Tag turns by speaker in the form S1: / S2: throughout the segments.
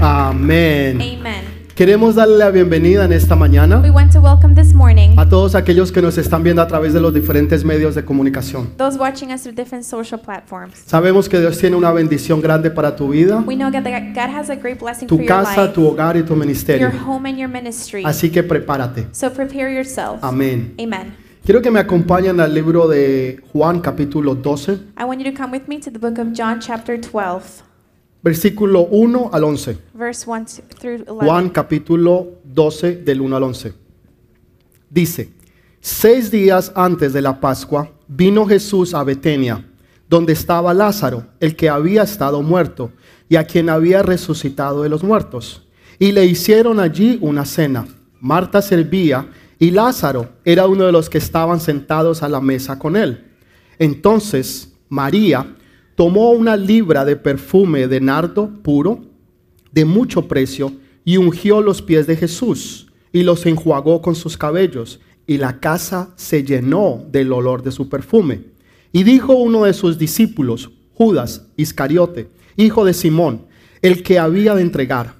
S1: Amén.
S2: Amen.
S1: Queremos darle la bienvenida en esta mañana
S2: We want to welcome this morning
S1: a todos aquellos que nos están viendo a través de los diferentes medios de comunicación.
S2: those watching us through different social platforms.
S1: Sabemos que Dios tiene una bendición grande para tu vida,
S2: We know that God has a great blessing for
S1: tu
S2: your
S1: casa,
S2: life,
S1: tu hogar y tu
S2: your
S1: ministerio.
S2: home, and your ministry.
S1: Así que prepárate.
S2: So prepare yourself.
S1: Amén.
S2: Amen.
S1: Quiero que me acompañen al libro de Juan capítulo 12,
S2: I want you to come with me to the book of John, chapter 12,
S1: versículo 1 al 11.
S2: verse 1 to- through 11.
S1: Juan capítulo 12 del 1 al 11. Dice, seis días antes de la Pascua vino Jesús a Betenia, donde estaba Lázaro, el que había estado muerto y a quien había resucitado de los muertos. Y le hicieron allí una cena. Marta servía y Lázaro era uno de los que estaban sentados a la mesa con él. Entonces María tomó una libra de perfume de nardo puro de mucho precio y ungió los pies de Jesús y los enjuagó con sus cabellos y la casa se llenó del olor de su perfume. Y dijo uno de sus discípulos, Judas Iscariote, hijo de Simón, el que había de entregar,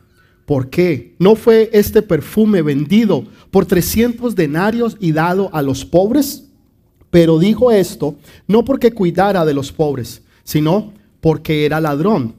S1: ¿por qué no fue este perfume vendido por 300 denarios y dado a los pobres? Pero dijo esto no porque cuidara de los pobres, sino porque era ladrón.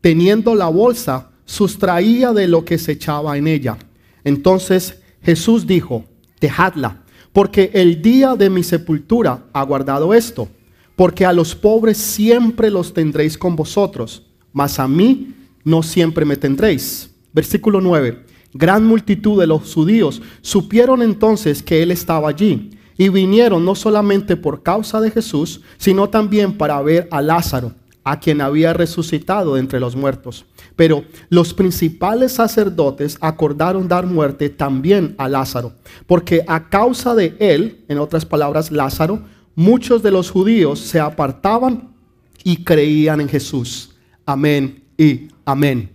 S1: Teniendo la bolsa, sustraía de lo que se echaba en ella. Entonces Jesús dijo, dejadla, porque el día de mi sepultura ha guardado esto, porque a los pobres siempre los tendréis con vosotros, mas a mí no siempre me tendréis. Versículo 9. Gran multitud de los judíos supieron entonces que él estaba allí y vinieron no solamente por causa de Jesús, sino también para ver a Lázaro, a quien había resucitado de entre los muertos. Pero los principales sacerdotes acordaron dar muerte también a Lázaro, porque a causa de él, en otras palabras Lázaro, muchos de los judíos se apartaban y creían en Jesús. Amén y amén.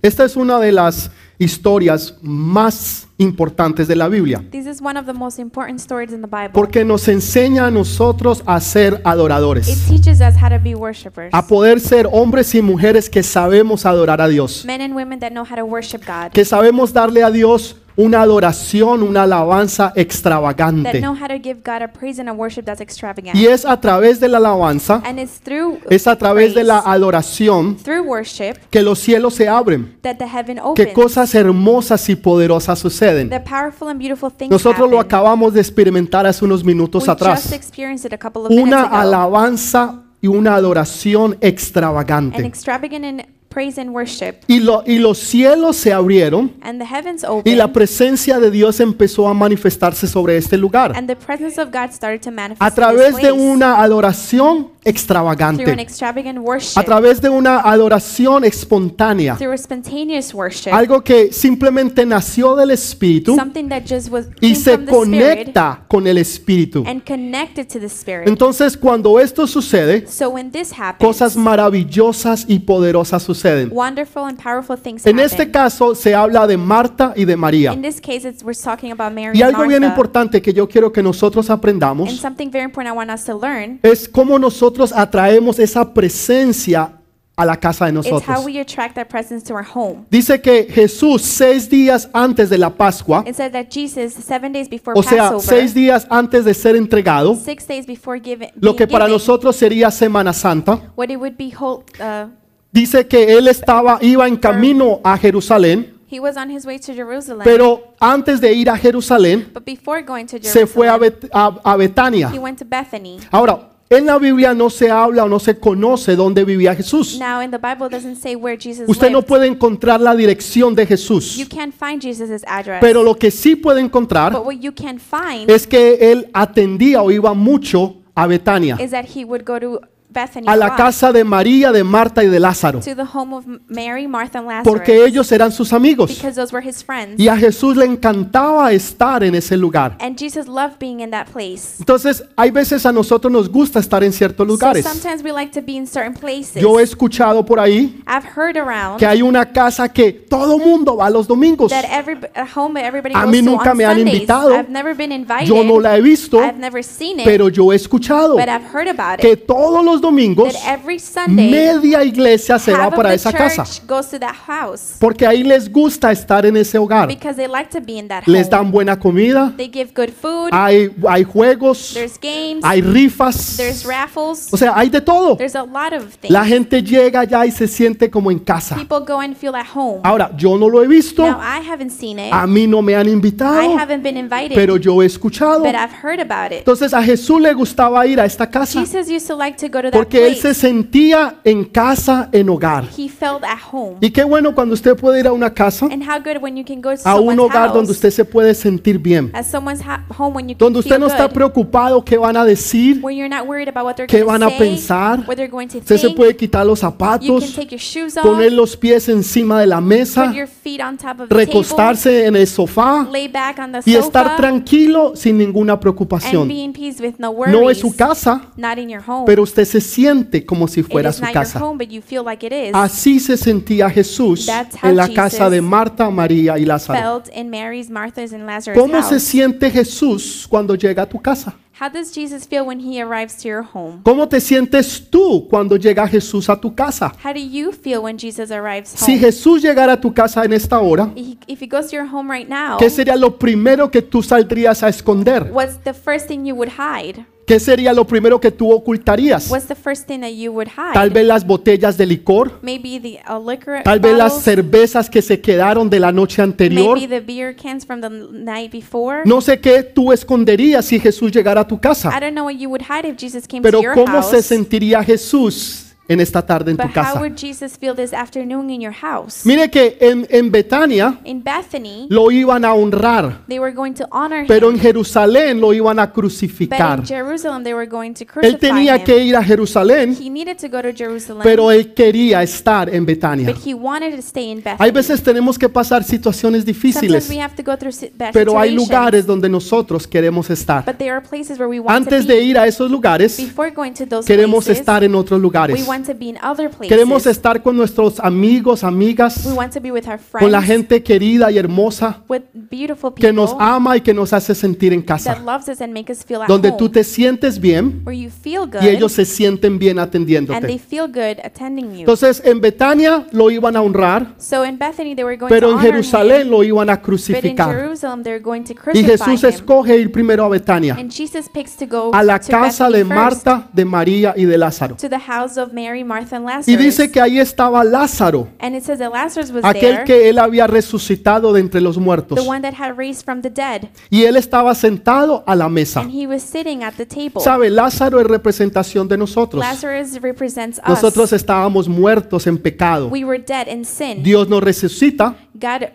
S1: Esta es una de las historias más importantes de la Biblia,
S2: This is one of the most important stories in the Bible.
S1: porque nos enseña a nosotros a ser
S2: it
S1: adoradores,
S2: teaches us how to be worshipers.
S1: a poder ser hombres y mujeres que sabemos adorar a Dios,
S2: Men and women that know how to worship God.
S1: que sabemos darle a Dios una adoración, una alabanza
S2: that
S1: extravagante.
S2: know how to give God a praise and a worship that's extravagant.
S1: Y es a través de la alabanza,
S2: And it's through
S1: es a través de la
S2: praise,
S1: adoración
S2: through worship
S1: que los cielos se abren.
S2: that the heaven
S1: que
S2: opens.
S1: cosas hermosas y poderosas
S2: the
S1: suceden.
S2: powerful and beautiful things
S1: Nosotros lo
S2: happen.
S1: acabamos de experimentar hace unos
S2: We
S1: minutos
S2: just
S1: atrás.
S2: experienced it a couple of
S1: Una
S2: minutes ago.
S1: alabanza y una adoración
S2: An
S1: extravagante.
S2: extravagant in praise and worship.
S1: Y, lo- y los cielos se abrieron
S2: And the heavens
S1: y
S2: opened.
S1: la presencia de Dios empezó a manifestarse sobre este lugar
S2: and the presence of God started to manifest
S1: a
S2: in this
S1: través de
S2: place
S1: una adoración
S2: through an
S1: extravagante,
S2: extravagant worship,
S1: a través de una adoración espontánea,
S2: through a spontaneous worship,
S1: algo que simplemente nació del Espíritu
S2: something that just was
S1: y
S2: came
S1: se
S2: from the Spirit
S1: conecta con el Espíritu.
S2: and connected to the Spirit.
S1: Entonces, cuando esto sucede,
S2: so when this happens,
S1: cosas maravillosas y poderosas suceden.
S2: wonderful and powerful things
S1: En
S2: happen.
S1: este caso se habla de Marta y de María.
S2: In this case, it's, we're talking about Mary
S1: Y
S2: and
S1: algo bien
S2: Martha.
S1: importante que yo quiero que nosotros
S2: And
S1: aprendamos
S2: something very important I want us to learn
S1: es cómo nosotros atraemos esa presencia a la casa de
S2: is how
S1: nosotros.
S2: we attract that presence to our home.
S1: Dice que Jesús seis días antes de la Pascua,
S2: It said that Jesus, seven days before
S1: o sea,
S2: Passover,
S1: seis días antes de ser entregado,
S2: six days before giving,
S1: lo que para nosotros sería Semana Santa,
S2: what it would be, whole, uh,
S1: dice que él estaba, iba en camino a Jerusalén
S2: he was on his way to Jerusalem,
S1: Pero antes de ir a Jerusalén,
S2: but before going to
S1: se
S2: Jerusalem,
S1: fue a, Bet- a- a
S2: he
S1: Betania.
S2: went to Bethany.
S1: Ahora, en la Biblia no se habla o no se conoce dónde vivía Jesús.
S2: Now, in the Bible, it doesn't say where Jesus
S1: Usted no
S2: lived.
S1: puede encontrar la dirección de
S2: you
S1: Jesús,
S2: can't find Jesus' address,
S1: pero lo que sí puede encontrar
S2: but what you can find
S1: es que él atendía o iba mucho a Betania,
S2: is that he would go to Bethany
S1: a
S2: a
S1: la
S2: lot,
S1: casa de María, de Marta y de Lázaro,
S2: to the home of M- Mary, Martha, and Lazarus,
S1: porque ellos eran sus amigos
S2: because those were his friends.
S1: y a Jesús le encantaba estar en ese lugar.
S2: And Jesus loved being in that place.
S1: Entonces, hay veces a nosotros nos gusta estar en ciertos
S2: So
S1: lugares.
S2: sometimes we like to be in certain places.
S1: Yo he escuchado por ahí
S2: I've heard around
S1: que hay una casa que todo mundo va los domingos.
S2: that every a home that everybody
S1: A
S2: goes
S1: mí
S2: to
S1: nunca
S2: on
S1: me han
S2: Sundays.
S1: invitado.
S2: I've never been invited.
S1: Yo no la he visto,
S2: I've never seen it,
S1: pero yo he escuchado
S2: but I've heard about
S1: que
S2: it.
S1: todos los domingos
S2: That every Sunday
S1: media iglesia se va
S2: half of
S1: para
S2: the
S1: esa
S2: church
S1: casa.
S2: goes to that house
S1: Porque ahí les gusta estar en ese hogar.
S2: because they like to be in that
S1: Les Ah,
S2: home.
S1: dan buena comida,
S2: They give good food.
S1: hay, hay juegos,
S2: there's games.
S1: hay rifas.
S2: there's raffles.
S1: O sea, hay de todo.
S2: There's a lot of things.
S1: La gente llega allá y se siente como en casa.
S2: People go and feel at home.
S1: Ahora, yo no lo he visto,
S2: Now I haven't seen it.
S1: Ah, a mí no me han
S2: I
S1: invitado,
S2: haven't been invited,
S1: pero yo he escuchado.
S2: but I've heard about it.
S1: Entonces a Jesús le gustaba ir a esta casa
S2: Jesus used to like to go to that
S1: porque él
S2: place.
S1: se sentía en casa, en hogar.
S2: He felt at home.
S1: Y qué bueno cuando usted puede ir a una casa,
S2: And how good when you can go to
S1: a un
S2: someone's
S1: hogar
S2: house.
S1: donde usted se puede sentir bien,
S2: at someone's ha- home when you can
S1: donde usted
S2: feel
S1: no está
S2: good.
S1: preocupado qué van a decir,
S2: When you're not worried about what they're
S1: qué
S2: going
S1: van
S2: to
S1: a
S2: say,
S1: pensar.
S2: what they're going to
S1: usted
S2: think.
S1: se puede quitar los
S2: you can
S1: zapatos,
S2: take your shoes off,
S1: poner los pies encima de la mesa,
S2: put your feet on top of the table,
S1: recostarse en el sofá
S2: lay back on the
S1: y
S2: sofa,
S1: estar tranquilo sin ninguna
S2: and
S1: preocupación.
S2: be in peace with no worries.
S1: No es su casa,
S2: not in your home.
S1: pero usted se siente como si
S2: it
S1: fuera
S2: is
S1: su
S2: not your
S1: casa.
S2: home, but you feel like it is.
S1: Así se sentía Jesús
S2: That's how
S1: en la
S2: Jesus
S1: casa de Marta, María y Lázaro.
S2: felt in Mary's, Martha's, and Lazarus'
S1: ¿Cómo se
S2: house.
S1: siente Jesús cuando llega a tu casa?
S2: How does Jesus feel when he arrives to your home?
S1: ¿Cómo te sientes tú cuando llega Jesús a tu casa?
S2: How do you feel when Jesus arrives
S1: Si
S2: home?
S1: Jesús llegara a tu casa en esta hora,
S2: He- if he goes to your home right now,
S1: ¿qué sería lo primero que tú saldrías a esconder?
S2: what's the first thing you would hide?
S1: ¿Qué sería lo primero que tú ocultarías?
S2: What's the first thing that you would hide?
S1: Tal vez las botellas de licor,
S2: maybe the uh, liquor
S1: tal vez las
S2: bottles,
S1: cervezas que se quedaron de la noche anterior.
S2: maybe the beer cans from the n- night before.
S1: No sé qué tú esconderías si Jesús llegara a tu
S2: I
S1: casa,
S2: don't know what you would hide if Jesus came
S1: pero
S2: to your
S1: ¿cómo
S2: house.
S1: se sentiría Jesús en esta tarde en
S2: but
S1: tu
S2: how
S1: casa?
S2: would Jesus feel this afternoon in your house?
S1: Mire que en, en Betania
S2: in Bethany,
S1: lo iban a honrar,
S2: they were going to honor
S1: pero
S2: him.
S1: en Jerusalén lo iban a
S2: But
S1: crucificar.
S2: in Jerusalem, they were going to
S1: Él
S2: crucify
S1: tenía
S2: him.
S1: que ir a Jerusalén,
S2: He needed to go to Jerusalem,
S1: pero él quería estar en Betania.
S2: but he wanted to stay in
S1: Hay
S2: Bethany.
S1: veces tenemos que pasar situaciones
S2: Sometimes
S1: difíciles,
S2: we have to go through si- bad
S1: pero hay
S2: situations,
S1: lugares donde nosotros queremos estar.
S2: but there are places where we want
S1: Antes
S2: to
S1: de
S2: be.
S1: ir a esos lugares,
S2: Before going to those
S1: queremos
S2: places,
S1: estar en otros
S2: we
S1: lugares.
S2: want to be in other places.
S1: Queremos estar con nuestros amigos, amigas,
S2: we want to be with our friends,
S1: con la gente querida y hermosa
S2: with beautiful people
S1: que nos ama y que nos hace sentir en
S2: that
S1: casa,
S2: loves us and make us feel at
S1: donde
S2: home,
S1: tú te sientes bien
S2: where you feel good
S1: y ellos se sienten bien
S2: and they
S1: atendiéndote.
S2: feel good attending you.
S1: Entonces en Betania lo iban a honrar,
S2: so in Bethany they were going
S1: pero
S2: to
S1: en
S2: honor
S1: Jerusalén
S2: him,
S1: lo iban a
S2: but in
S1: crucificar.
S2: Jerusalem they were going to
S1: Y
S2: crucify
S1: Jesús
S2: him.
S1: escoge ir primero a Betania,
S2: And Jesus picks to go
S1: a la
S2: to
S1: casa de
S2: Bethany first,
S1: Marta, de María y de Lázaro.
S2: to the house of Mary, Martha, and Lazarus.
S1: Y dice que ahí estaba Lázaro,
S2: and it says that Lazarus was
S1: aquel
S2: there,
S1: que él había resucitado de entre los muertos.
S2: the one that had raised from the dead,
S1: Y él estaba sentado a la mesa.
S2: and he was sitting at the table.
S1: Sabe, Lázaro es representación de nosotros.
S2: Lazarus represents us.
S1: Nosotros estábamos muertos en pecado.
S2: we were dead in sin.
S1: Dios nos resucita
S2: God r-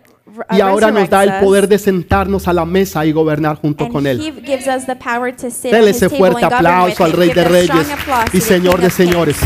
S2: uh,
S1: y ahora nos da el
S2: resurrects
S1: poder
S2: us,
S1: de sentarnos a la mesa y gobernar junto
S2: and
S1: con
S2: He
S1: él.
S2: gives us the power to sit at
S1: Dele
S2: his
S1: ese
S2: table and
S1: fuerte
S2: govern with
S1: aplauso al
S2: him.
S1: Rey
S2: Give
S1: de
S2: a
S1: Reyes
S2: strong
S1: y
S2: applause to the King
S1: Señor de
S2: of Kings.
S1: señores.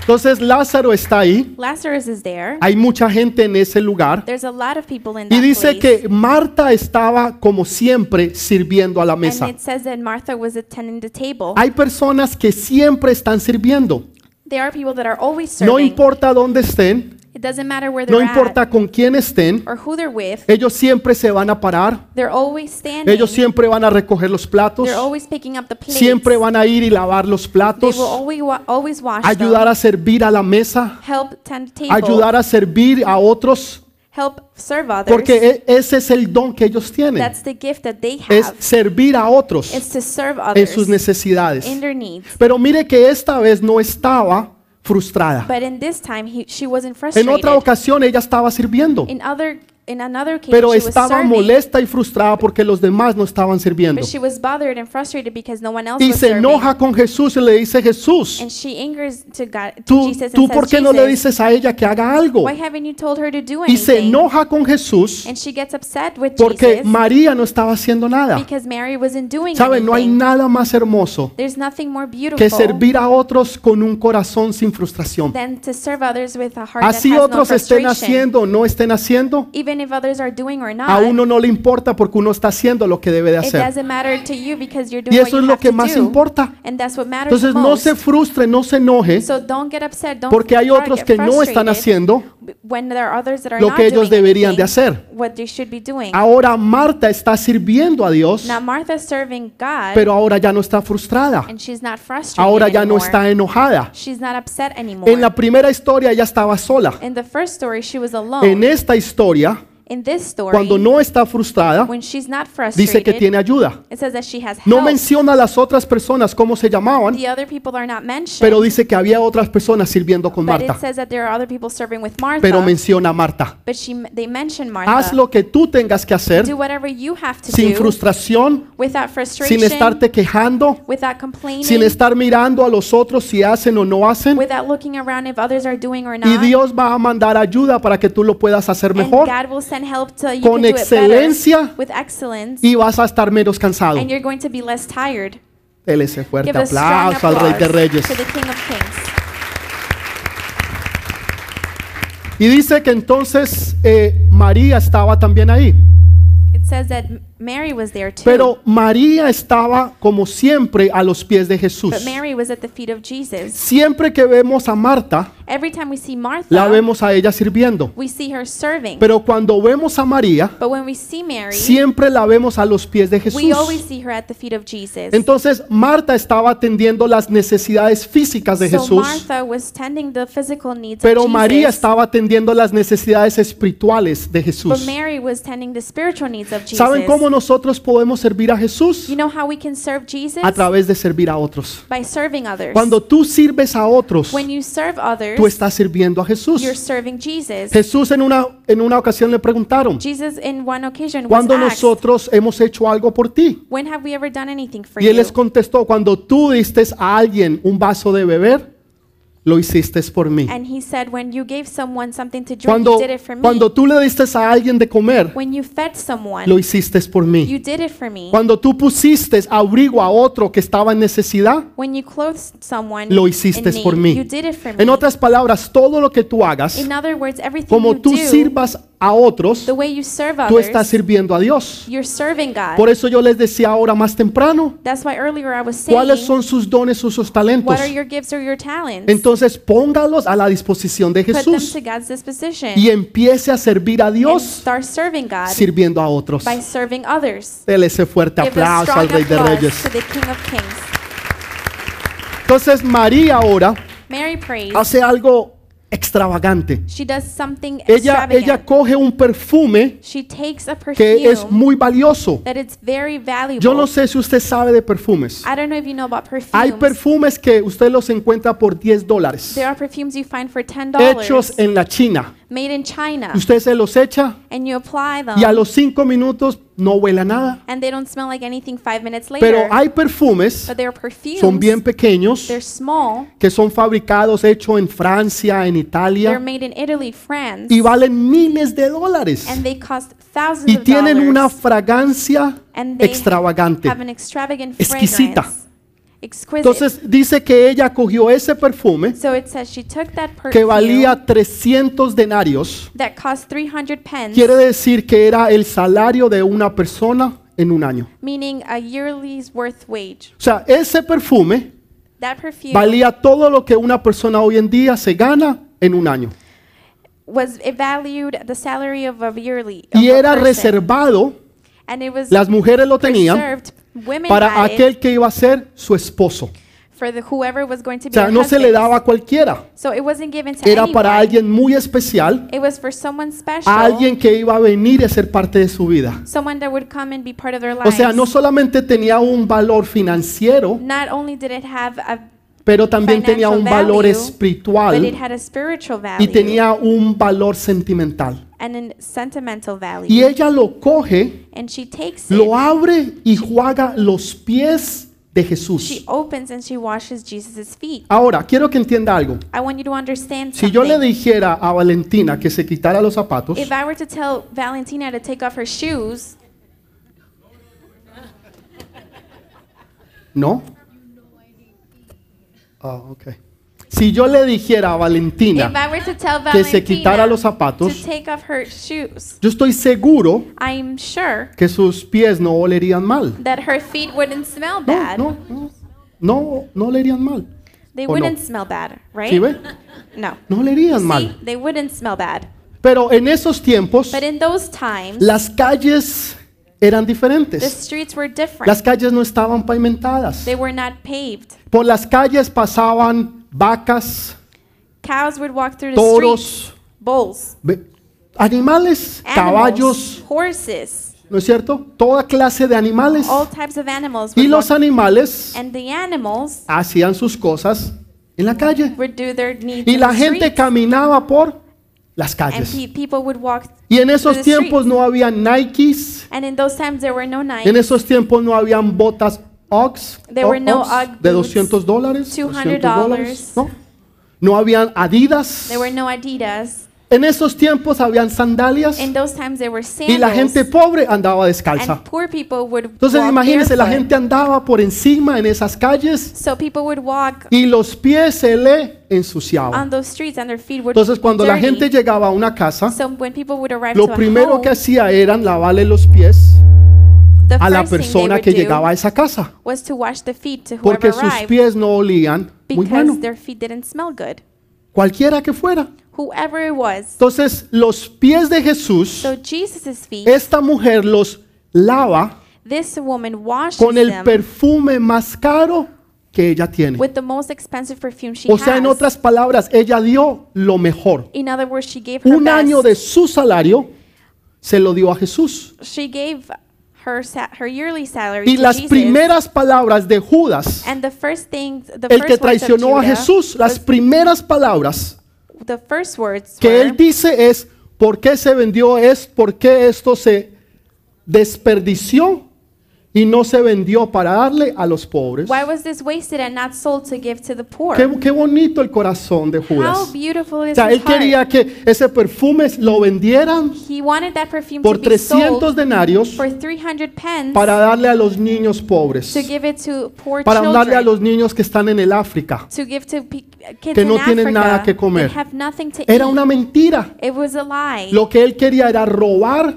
S1: Entonces Lázaro está ahí.
S2: Lazarus is there.
S1: Hay mucha gente en ese lugar.
S2: There's a lot of people in that
S1: Y dice
S2: place.
S1: que Marta estaba como siempre sirviendo a la
S2: and
S1: mesa.
S2: it says that Martha was attending the table.
S1: Hay personas que siempre están sirviendo.
S2: There are people that are always serving.
S1: No importa dónde estén,
S2: It doesn't matter where they're
S1: no importa con quién estén,
S2: at or who they're with.
S1: ellos siempre se van a parar,
S2: They're always standing.
S1: ellos siempre van a recoger los platos,
S2: they're always picking up the plates.
S1: siempre van a ir y lavar los
S2: they
S1: platos,
S2: will always, wa- always wash
S1: ayudar
S2: them.
S1: a servir a la mesa,
S2: help tend the table.
S1: ayudar a servir a otros,
S2: help serve others.
S1: porque e- ese es el don que ellos tienen,
S2: That's the gift that they have.
S1: es servir a otros
S2: It's to serve
S1: en
S2: others
S1: sus necesidades.
S2: in their needs.
S1: Pero mire que esta vez no estaba frustrada.
S2: But in this time, he, she
S1: En
S2: wasn't frustrated.
S1: otra ocasión ella estaba sirviendo.
S2: in other, in another case,
S1: pero
S2: she was
S1: estaba
S2: serving,
S1: molesta y frustrada porque los demás no estaban sirviendo.
S2: but she was bothered and frustrated because no one else
S1: Y
S2: was
S1: se
S2: serving.
S1: enoja con Jesús y le dice, Jesús,
S2: and she angers to God, to
S1: ¿tú,
S2: Jesus,
S1: tú
S2: and
S1: por
S2: says,
S1: qué no le
S2: "Jesus,
S1: dices a ella que haga algo?
S2: Why haven't you told her to do
S1: Y
S2: anything?
S1: se enoja con Jesús
S2: And she gets upset with
S1: porque
S2: Jesus
S1: María no estaba haciendo nada.
S2: because Mary wasn't doing
S1: ¿Saben? No hay
S2: anything.
S1: nada más hermoso
S2: There's nothing more
S1: que
S2: beautiful
S1: servir a otros con un corazón sin frustración.
S2: than to serve others with a heart
S1: Así
S2: that has no
S1: otros estén
S2: frustration.
S1: haciendo o no estén haciendo,
S2: Even even if others are doing or
S1: A
S2: not,
S1: uno no le importa porque uno está haciendo lo que debe de
S2: it
S1: hacer.
S2: doesn't matter to you because you're doing
S1: Y
S2: what
S1: eso es
S2: you
S1: lo
S2: have
S1: que
S2: to
S1: más
S2: do.
S1: importa.
S2: And that's what matters
S1: Entonces no
S2: most.
S1: se frustre, no se enoje,
S2: so don't get upset, don't
S1: porque hay
S2: fret,
S1: otros
S2: get
S1: que no están
S2: frustrated
S1: haciendo.
S2: when there are others that are
S1: lo
S2: not
S1: que ellos
S2: doing
S1: deberían de
S2: anything,
S1: hacer.
S2: What they should be doing.
S1: Ahora Marta está sirviendo a Dios,
S2: Now Martha's serving God
S1: pero ahora ya no está frustrada.
S2: and she's not frustrated
S1: Ahora ya no
S2: anymore.
S1: está enojada.
S2: She's not upset anymore.
S1: En la primera historia ella estaba sola.
S2: In the first story, she was alone.
S1: En esta historia,
S2: In this story,
S1: cuando no está frustrada,
S2: when she's not
S1: dice
S2: frustrated,
S1: que tiene ayuda.
S2: it says that she has
S1: No
S2: help.
S1: menciona a las otras personas cómo se llamaban,
S2: The other people are not mentioned,
S1: pero dice que había otras personas sirviendo con
S2: but it
S1: Marta.
S2: says that there are other people serving with Martha.
S1: Pero menciona a Marta.
S2: but she, they mention Martha.
S1: Haz lo que tú tengas que hacer
S2: do whatever you have to
S1: sin
S2: do
S1: frustración,
S2: without
S1: sin
S2: frustration,
S1: estarte quejando,
S2: without complaining,
S1: sin estar mirando a los otros si hacen o no hacen.
S2: without looking around if others are doing or
S1: Y
S2: not.
S1: Dios va a mandar ayuda para que tú lo puedas hacer
S2: and
S1: mejor
S2: God will send help till you
S1: con
S2: can do it better,
S1: excelencia
S2: with excellence,
S1: y vas a estar menos cansado.
S2: and you're going to be less tired.
S1: Dele ese fuerte
S2: Give a strong
S1: aplauso al Rey de
S2: applause
S1: Reyes.
S2: to the King of Kings.
S1: Y dice que entonces eh, María estaba también ahí.
S2: It says that M- Mary was there too.
S1: Pero María estaba como siempre a los pies de Jesús.
S2: but Mary was at the feet of Jesus.
S1: Siempre que vemos a Marta,
S2: Every time we see Martha,
S1: la vemos a ella sirviendo.
S2: we see her serving.
S1: Pero cuando vemos a María,
S2: but when we see Mary,
S1: siempre la vemos a los pies de
S2: we
S1: Jesús.
S2: always see her at the feet of Jesus.
S1: Entonces Marta estaba atendiendo las necesidades físicas de
S2: so
S1: Jesús.
S2: Martha was tending the physical needs of
S1: Pero
S2: Jesus.
S1: María estaba atendiendo las necesidades espirituales de
S2: but
S1: Jesús.
S2: Mary was tending the spiritual needs of Jesus.
S1: ¿Saben cómo nosotros podemos servir a Jesús?
S2: you know how we can serve Jesus?
S1: A través de servir a otros.
S2: By serving others.
S1: Cuando tú sirves a otros,
S2: when you serve others,
S1: tú estás sirviendo a Jesús.
S2: you're serving Jesus.
S1: Jesús en una, en una ocasión le preguntaron,
S2: Jesus in one occasion was
S1: ¿cuándo
S2: asked,
S1: nosotros hemos hecho algo por ti?
S2: when have we ever done anything for
S1: Y
S2: you?
S1: él les contestó, cuando tú diste a alguien un vaso de beber, lo hiciste por mí.
S2: And he said, when you gave someone something to drink,
S1: Cuando,
S2: you did it for me.
S1: cuando tú le diste a alguien de comer,
S2: when you fed someone,
S1: lo hiciste por mí.
S2: you did it for me.
S1: Cuando tú pusiste abrigo a otro que estaba en necesidad,
S2: when you clothed someone,
S1: lo
S2: in
S1: hiciste
S2: need,
S1: por
S2: you
S1: mí.
S2: did it for me.
S1: En otras palabras, todo lo que tú hagas,
S2: In other words, everything
S1: como
S2: you
S1: tú
S2: do,
S1: sirvas a otros,
S2: the way you serve
S1: tú
S2: others,
S1: estás sirviendo a Dios.
S2: you're serving God.
S1: Por eso yo les decía ahora más temprano,
S2: That's why earlier I was saying,
S1: ¿cuáles son sus dones o sus talentos?
S2: what are your gifts or your talents?
S1: Entonces póngalos a la disposición de
S2: Put them
S1: Jesús
S2: to God's disposition
S1: y empiece a servir a
S2: and
S1: Dios
S2: start serving God
S1: sirviendo a otros.
S2: by serving others.
S1: Dele ese fuerte
S2: Give a
S1: aplauso
S2: strong
S1: al Rey de
S2: applause
S1: Reyes.
S2: to the King of Kings.
S1: Entonces María ahora
S2: Mary prays.
S1: hace algo extravagante.
S2: She does something
S1: Ella, ella
S2: extravagant.
S1: coge un perfume
S2: She takes a
S1: que es
S2: perfume
S1: muy valioso.
S2: that it's very valuable.
S1: Yo no sé si usted sabe de perfumes.
S2: I don't know if you know about
S1: Hay
S2: perfumes.
S1: perfumes que usted los encuentra por 10 dólares,
S2: there are perfumes you find for ten
S1: hechos
S2: dollars, Ah.
S1: en la China.
S2: made in China,
S1: Usted se los echa
S2: and you apply them,
S1: y a los 5 minutos no huele a nada.
S2: and they don't smell like anything five minutes later.
S1: Pero hay perfumes,
S2: but they are perfumes.
S1: son bien pequeños,
S2: they're small.
S1: que son fabricados, hechos en Francia, en
S2: They're
S1: Italia,
S2: made in Italy, France,
S1: y valen miles de dólares.
S2: and they cost thousands
S1: Y
S2: of
S1: tienen una
S2: dollars.
S1: fragancia
S2: And they
S1: extravagante.
S2: have an extravagant
S1: Exquisita.
S2: fragrance. Exquisite.
S1: Entonces dice que ella cogió ese perfume
S2: so it says she took that perfume
S1: que valía 300 denarios.
S2: that cost 300 pence.
S1: Quiere decir que era el salario de una persona en un año.
S2: meaning a yearly's worth wage.
S1: O sea, ese perfume
S2: That perfume
S1: valía todo lo que una persona hoy en día se gana en un año.
S2: was it valued at the salary of a yearly of
S1: Y
S2: a
S1: era
S2: person.
S1: reservado,
S2: and it was
S1: las mujeres lo tenían,
S2: reserved women
S1: para
S2: had it
S1: aquel que iba a ser su esposo.
S2: for the whoever was going to
S1: O
S2: be
S1: sea,
S2: her
S1: no se le
S2: husband.
S1: daba a cualquiera.
S2: so it wasn't given to
S1: Era
S2: anyone
S1: para alguien muy especial,
S2: it was for someone special
S1: alguien que iba a venir a ser parte de su vida.
S2: someone that would come and be part of their life
S1: O sea, no solamente tenía un valor financiero,
S2: not only did it have a
S1: pero también tenía un valor
S2: but it
S1: espiritual
S2: had a spiritual value
S1: y tenía un valor sentimental.
S2: and a sentimental value
S1: Y ella lo coge,
S2: and she takes
S1: lo
S2: it
S1: abre y juega los pies de
S2: she
S1: Jesús.
S2: opens and she washes Jesus' feet
S1: Ahora, quiero que entienda algo.
S2: I want you to understand
S1: Si
S2: something.
S1: yo le dijera a Valentina que se quitara los zapatos,
S2: If I were to tell Valentina to take off her shoes,
S1: ¿No? Ah, ok. Si yo le dijera a
S2: If
S1: Valentina,
S2: I were to tell
S1: Que se quitara
S2: Valentina
S1: los zapatos.
S2: to take off her shoes,
S1: yo estoy seguro
S2: I'm sure
S1: que sus pies no olerían mal.
S2: that her feet wouldn't smell
S1: No,
S2: bad.
S1: no, no, no, no olerían mal.
S2: They
S1: ¿O no?
S2: wouldn't smell bad, right?
S1: ¿Sí ve?
S2: No.
S1: No olerían
S2: See,
S1: mal.
S2: they wouldn't smell bad.
S1: Pero en esos tiempos,
S2: But in those times,
S1: las calles eran
S2: the
S1: diferentes.
S2: streets were different.
S1: Las calles no estaban pavimentadas.
S2: They were not paved.
S1: Por las calles pasaban vacas,
S2: Cows would walk through the streets.
S1: toros,
S2: Bulls,
S1: ve- animales,
S2: animals,
S1: caballos,
S2: horses,
S1: ¿no es cierto? Toda clase de animales.
S2: all types of animals.
S1: Y
S2: would
S1: los
S2: walk-
S1: animales
S2: and the animals
S1: hacían sus cosas en la calle.
S2: would do their needs
S1: Y
S2: in
S1: la
S2: the
S1: gente
S2: streets,
S1: caminaba por las
S2: and
S1: calles.
S2: pe- people would walk.
S1: Y en
S2: the
S1: esos
S2: streets.
S1: tiempos no había Nikes,
S2: And in those times, there were no
S1: en
S2: knives,
S1: esos tiempos no habían botas Ox,
S2: There were no Ugg
S1: de
S2: boots,
S1: 200 dólares,
S2: 200
S1: dólares, ¿no? No habían Adidas.
S2: there were no Adidas.
S1: En esos tiempos habían sandalias
S2: In those times, there were
S1: y la gente
S2: sandals,
S1: pobre andaba descalza.
S2: and poor people would
S1: Entonces
S2: walk
S1: imagínense, la
S2: barefoot.
S1: gente andaba por encima en esas calles
S2: So people would walk
S1: y los pies se le ensuciaban.
S2: on those streets, and their feet would.
S1: Entonces cuando la
S2: dirty.
S1: gente llegaba a una casa,
S2: so when people would arrive
S1: lo
S2: to a
S1: primero
S2: home,
S1: que hacía eran lavarle los pies
S2: the
S1: a la
S2: first thing they
S1: persona
S2: would
S1: que
S2: do
S1: llegaba a esa casa,
S2: was to wash the feet to whoever
S1: porque sus
S2: arrived.
S1: pies no olían muy
S2: because
S1: bueno,
S2: their feet didn't smell good.
S1: cualquiera que fuera.
S2: Whoever it was.
S1: Entonces los pies de Jesús,
S2: So Jesus' feet,
S1: esta mujer los lava
S2: this woman washes
S1: con el
S2: them
S1: perfume más caro que ella tiene.
S2: with the most expensive perfume she
S1: O sea,
S2: has.
S1: en otras palabras, ella dio lo mejor.
S2: In other words, she gave her
S1: Un año de
S2: best.
S1: su salario se lo dio a Jesús.
S2: She gave her sa- her yearly salary
S1: Y
S2: to
S1: las
S2: Jesus.
S1: primeras palabras de Judas,
S2: and the first things, the
S1: el que
S2: first words of
S1: traicionó a
S2: Judah
S1: Jesús, las
S2: was-
S1: primeras palabras
S2: the first words
S1: que
S2: were,
S1: él dice es, ¿por qué se vendió? Es, ¿por qué esto se desperdició y no se vendió para darle a los pobres?
S2: "Why was this wasted and not sold to give to the poor?"
S1: Qué, qué bonito el corazón de
S2: How
S1: Judas.
S2: beautiful
S1: O
S2: is
S1: sea,
S2: his
S1: él quería
S2: heart.
S1: que ese perfume lo vendieran
S2: He wanted that perfume
S1: por
S2: to be sold
S1: 300 denarios
S2: for 300 pence
S1: para darle a los niños
S2: to
S1: pobres,
S2: give it to poor
S1: para
S2: children.
S1: darle a los niños que están en el África.
S2: to give to pe- kids
S1: Que no
S2: in
S1: tienen
S2: Africa
S1: nada que comer.
S2: that have nothing to
S1: Era
S2: eat.
S1: una mentira.
S2: It was a lie.
S1: Lo que él quería era robar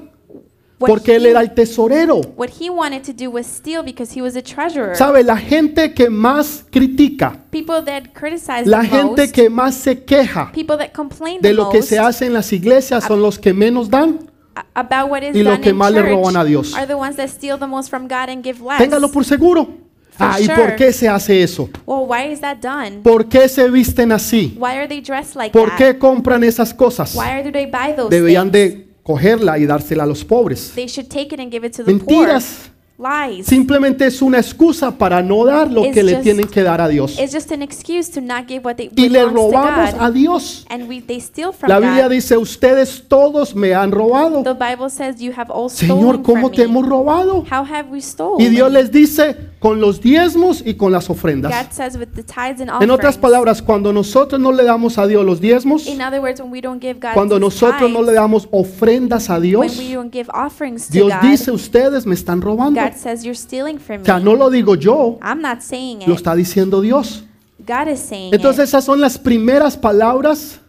S2: what,
S1: porque él
S2: he,
S1: era el tesorero.
S2: what he wanted to do was steal because he was a treasurer.
S1: ¿Sabe? La gente que más critica,
S2: people that criticize
S1: la
S2: the
S1: gente
S2: most,
S1: que más se queja
S2: people that complain
S1: de
S2: the
S1: lo que
S2: most Ah.
S1: se hace en las iglesias son los que menos dan.
S2: a- about what is
S1: y lo
S2: done
S1: que
S2: in
S1: más le
S2: church
S1: roban a Dios.
S2: are the ones that steal the most from God and give less.
S1: Téngalo por seguro. Ah, ¿y por qué se hace eso?
S2: well, why is that done?
S1: ¿Por qué se visten así?
S2: Why are they dressed like
S1: ¿Por
S2: that?
S1: qué compran esas cosas?
S2: Ah. Why do they buy those
S1: Debían
S2: things?
S1: de cogerla y dársela a los pobres.
S2: They should take it and give it to the
S1: Mentiras.
S2: poor. Lies.
S1: Simplemente es una excusa para no dar lo
S2: It's
S1: que le
S2: just-
S1: tienen que dar a Dios.
S2: It's just an excuse to not give what they
S1: Y le
S2: belongs to
S1: robamos
S2: God.
S1: a Dios.
S2: And we, they steal from
S1: La Biblia
S2: God.
S1: dice, ustedes todos me han robado.
S2: The Bible says you have all
S1: Señor,
S2: stolen
S1: ¿cómo
S2: from
S1: te
S2: me.
S1: hemos robado?
S2: How have we stolen?
S1: Y Dios les dice, con los diezmos y con las ofrendas.
S2: God says with the tithes
S1: En
S2: and offerings.
S1: otras palabras, cuando nosotros no le damos a Dios los diezmos,
S2: In other words, when we don't give God
S1: cuando
S2: his
S1: nosotros no
S2: tithes,
S1: le damos ofrendas a
S2: when
S1: Dios,
S2: we don't give offerings to
S1: Dios
S2: God,
S1: dice, ustedes me están robando.
S2: God says you're stealing from
S1: O sea,
S2: me.
S1: no lo digo yo,
S2: I'm not saying
S1: lo
S2: it.
S1: está diciendo Dios.
S2: God is saying
S1: Entonces
S2: it.
S1: esas son las primeras palabras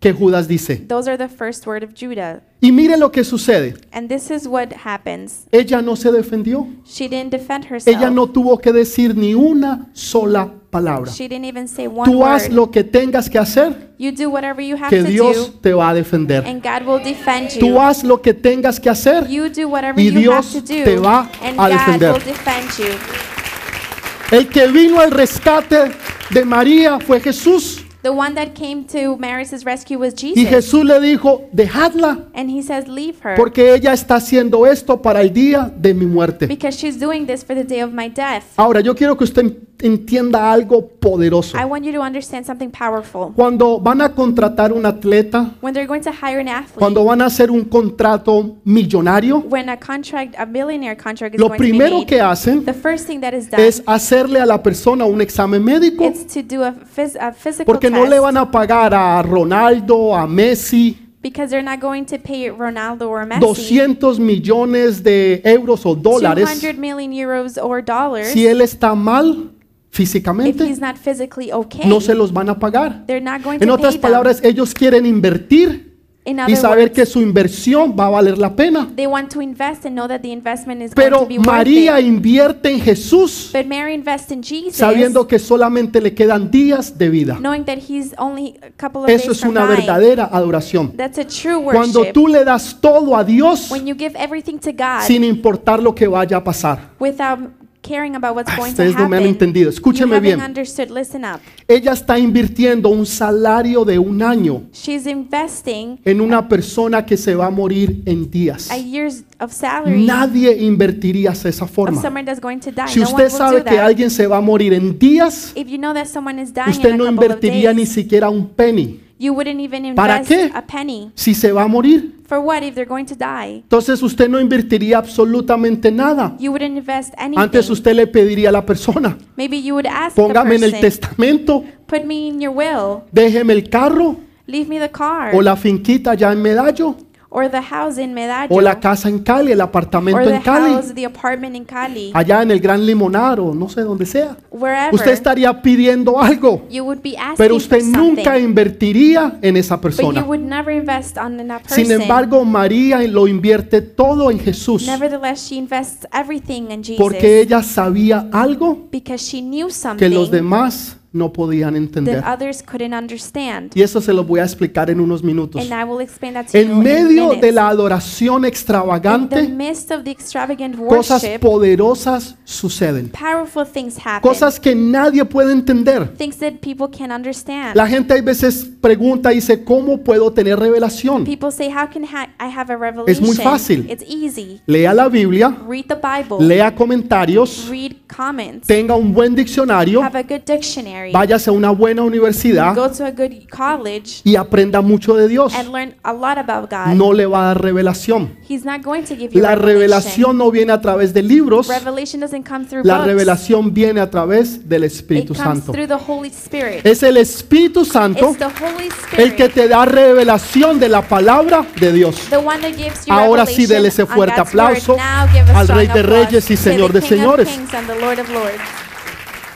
S1: que Judas dice.
S2: Those are the first word of Judah.
S1: Y mire lo que sucede.
S2: And this is what happens.
S1: Ella no se defendió.
S2: She didn't defend herself.
S1: Ella no tuvo que decir ni una sola palabra.
S2: she didn't even say one
S1: Tú haz
S2: word.
S1: lo que tengas que hacer,
S2: you do whatever you have
S1: que
S2: to
S1: Dios
S2: do,
S1: te va a defender.
S2: and God will defend you.
S1: Tú haz lo que tengas que hacer.
S2: You do whatever
S1: Y
S2: you
S1: Dios
S2: have to do,
S1: te va
S2: and
S1: a
S2: God
S1: defender.
S2: will defend you.
S1: El que vino al rescate de María fue Jesús.
S2: The one that came to Mary's rescue was Jesus,
S1: Y Jesús le dijo, dejadla,
S2: and he says, "Leave her,
S1: porque ella está haciendo esto para el día de mi muerte.
S2: because she's doing this for the day of my death."
S1: Ahora, yo quiero que usted entienda algo poderoso.
S2: I want you to understand something powerful.
S1: Cuando van a contratar un atleta,
S2: When they're going to hire an athlete,
S1: cuando van a hacer un contrato millonario,
S2: when a contract, a billionaire contract is
S1: lo
S2: going to be
S1: primero
S2: made,
S1: que hacen
S2: the first thing that is done
S1: es hacerle a la persona un examen médico,
S2: is to do a, phys- a physical
S1: porque no
S2: test,
S1: le van a pagar a Ronaldo, a Messi,
S2: because they're not going to pay Ronaldo or Messi
S1: 200 millones de euros o dólares
S2: 200 million euros or dollars
S1: si él está mal
S2: if
S1: físicamente,
S2: he's not physically okay,
S1: no se los van a pagar.
S2: they're not going
S1: En
S2: to pay
S1: otras palabras, ellos quieren invertir
S2: them. In
S1: y
S2: other
S1: saber
S2: words,
S1: que su inversión va a valer la pena.
S2: they want to invest and know that the investment is
S1: Pero
S2: going to be
S1: María
S2: worth it.
S1: invierte en Jesús
S2: But Mary invests in Jesus,
S1: sabiendo que solamente le quedan días de vida.
S2: knowing that he's only a couple of
S1: Eso
S2: days
S1: es
S2: from
S1: una
S2: dying.
S1: verdadera adoración.
S2: That's a true worship.
S1: Cuando tú le das todo a Dios
S2: when you give everything to God
S1: sin importar lo que vaya a pasar.
S2: without caring about what's
S1: Ah,
S2: going to
S1: ustedes no
S2: happen,
S1: me han entendido.
S2: you
S1: Escúcheme
S2: haven't
S1: bien.
S2: understood. Listen up.
S1: Ella está invirtiendo un salario de un año
S2: She's investing
S1: en una persona que se va a morir en días.
S2: a year's of salary
S1: Nadie invertiría de esa
S2: of
S1: forma.
S2: someone that's going to die.
S1: Si
S2: no one
S1: usted
S2: will do
S1: sabe que
S2: that.
S1: alguien se va a morir en días,
S2: If you know that someone is dying
S1: usted
S2: in
S1: no
S2: a couple of
S1: invertiría ni
S2: days,
S1: siquiera un penny.
S2: you wouldn't even
S1: ¿Para
S2: invest
S1: qué?
S2: a penny.
S1: Si se va a morir,
S2: For what if they're going to die?
S1: entonces usted no invertiría absolutamente nada.
S2: You wouldn't invest anything.
S1: Antes usted le pediría a la persona,
S2: Maybe you would ask
S1: póngame en
S2: the
S1: el
S2: person,
S1: testamento,
S2: put me in your will,
S1: déjeme el carro
S2: leave me the car,
S1: o la finquita ya en Medallo
S2: or the house in Medallo,
S1: o la casa en Cali, el
S2: or
S1: apartamento
S2: the
S1: en Cali.
S2: house, the apartment in Cali,
S1: allá en el Gran Limonaro, no sé dónde sea.
S2: wherever.
S1: Usted estaría pidiendo algo,
S2: you would be asking
S1: pero usted
S2: for something,
S1: nunca invertiría en esa
S2: but you
S1: persona.
S2: would never invest on in that person.
S1: Sin embargo, María lo invierte todo en Jesús,
S2: Nevertheless, she invests everything in Jesus
S1: porque ella sabía algo
S2: because she knew something
S1: que los demás no podían entender.
S2: that others couldn't understand.
S1: Y eso se lo voy a explicar en unos minutos.
S2: And I will explain that to you
S1: En medio
S2: in
S1: de
S2: minutes.
S1: la adoración
S2: in the
S1: extravagante,
S2: midst of the extravagant
S1: cosas
S2: worship,
S1: poderosas suceden,
S2: powerful things happen.
S1: cosas que nadie puede entender.
S2: things that people can understand.
S1: La gente hay veces pregunta y dice, ¿cómo puedo tener revelación?
S2: people say, "How can ha- I have a revelation?"
S1: fácil.
S2: It's easy.
S1: Lea la Biblia,
S2: Read the Bible.
S1: lea comentarios,
S2: read comments.
S1: tenga un buen diccionario,
S2: have a good dictionary.
S1: váyase a una buena universidad
S2: go to a good college
S1: y aprenda mucho de Dios.
S2: and learn a lot about God.
S1: No le va a dar revelación.
S2: He's not going to give you
S1: La revelación no viene a través de libros,
S2: Revelation doesn't come through
S1: la
S2: books.
S1: revelación viene a través del
S2: it
S1: Espíritu
S2: comes
S1: Santo.
S2: through the Holy Spirit.
S1: Es el Espíritu Santo
S2: it's the Holy
S1: el
S2: Spirit,
S1: que te da revelación de la palabra de Dios.
S2: the one that gives you
S1: Ahora sí,
S2: revelation
S1: dele ese
S2: on
S1: fuerte
S2: God's
S1: aplauso
S2: word. Now give a
S1: al
S2: strong
S1: Rey de
S2: applause
S1: Reyes y
S2: to the
S1: Señor de
S2: King of
S1: señores.
S2: Kings and the Lord of Lords.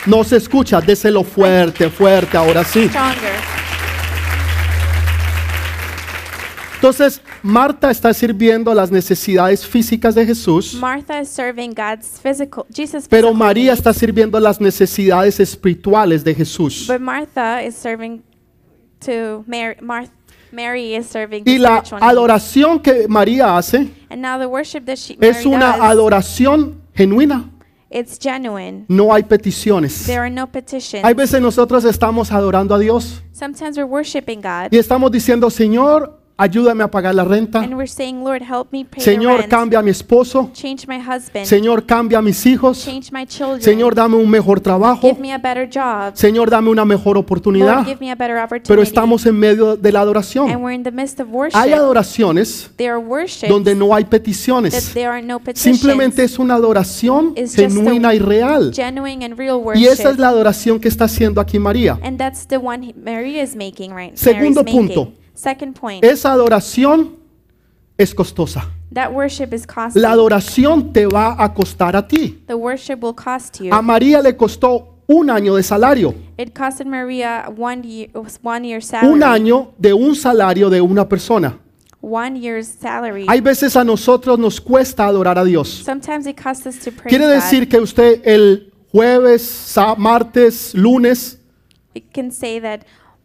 S1: No se escucha, déselo fuerte, fuerte, ahora sí.
S2: Stronger.
S1: Entonces, Marta está sirviendo las necesidades físicas de Jesús,
S2: Martha is serving God's physical, Jesus.
S1: pero
S2: physical
S1: María
S2: needs,
S1: está sirviendo las necesidades espirituales de Jesús.
S2: But Martha is serving to Mary. Mar- Mary is serving.
S1: Y
S2: the
S1: la
S2: spiritual needs.
S1: adoración que María hace
S2: And now the worship that she
S1: es
S2: Mary
S1: una
S2: does,
S1: adoración genuina.
S2: It's genuine.
S1: No hay peticiones.
S2: There are no petitions.
S1: Hay veces nosotros estamos adorando a Dios
S2: Sometimes we're worshiping God
S1: y estamos diciendo, Señor, ayúdame a pagar la renta.
S2: and we're saying, Lord, help me pay the
S1: Señor,
S2: rent.
S1: cambia a mi esposo.
S2: Change my husband.
S1: Señor, cambia a mis hijos.
S2: Change my children.
S1: Señor, dame un mejor trabajo.
S2: give me a better job.
S1: Señor, dame una mejor
S2: Lord,
S1: oportunidad.
S2: give me a better opportunity.
S1: Pero estamos en medio de la
S2: and
S1: adoración.
S2: we're in the midst of worship.
S1: Hay adoraciones
S2: there are worships
S1: donde no hay
S2: that
S1: peticiones.
S2: there are no petitions.
S1: Simplemente es una adoración
S2: It's just
S1: genuina y real.
S2: genuine and real worship.
S1: Y esa es la adoración que está haciendo aquí María.
S2: and that's the one he- Mary is making right
S1: Segundo
S2: Mary's making.
S1: punto.
S2: Second point.
S1: Esa adoración es costosa.
S2: that worship is costly.
S1: La adoración te va a costar a ti.
S2: the worship will cost you.
S1: A María le costó un año de salario.
S2: It costed Maria one year, one year's salary.
S1: Un año de un salario de una persona.
S2: One year's salary.
S1: Hay veces a nosotros nos cuesta adorar a Dios.
S2: Sometimes it costs us to praise
S1: Quiere
S2: God.
S1: decir que usted el jueves, sa- martes, lunes,
S2: It can say that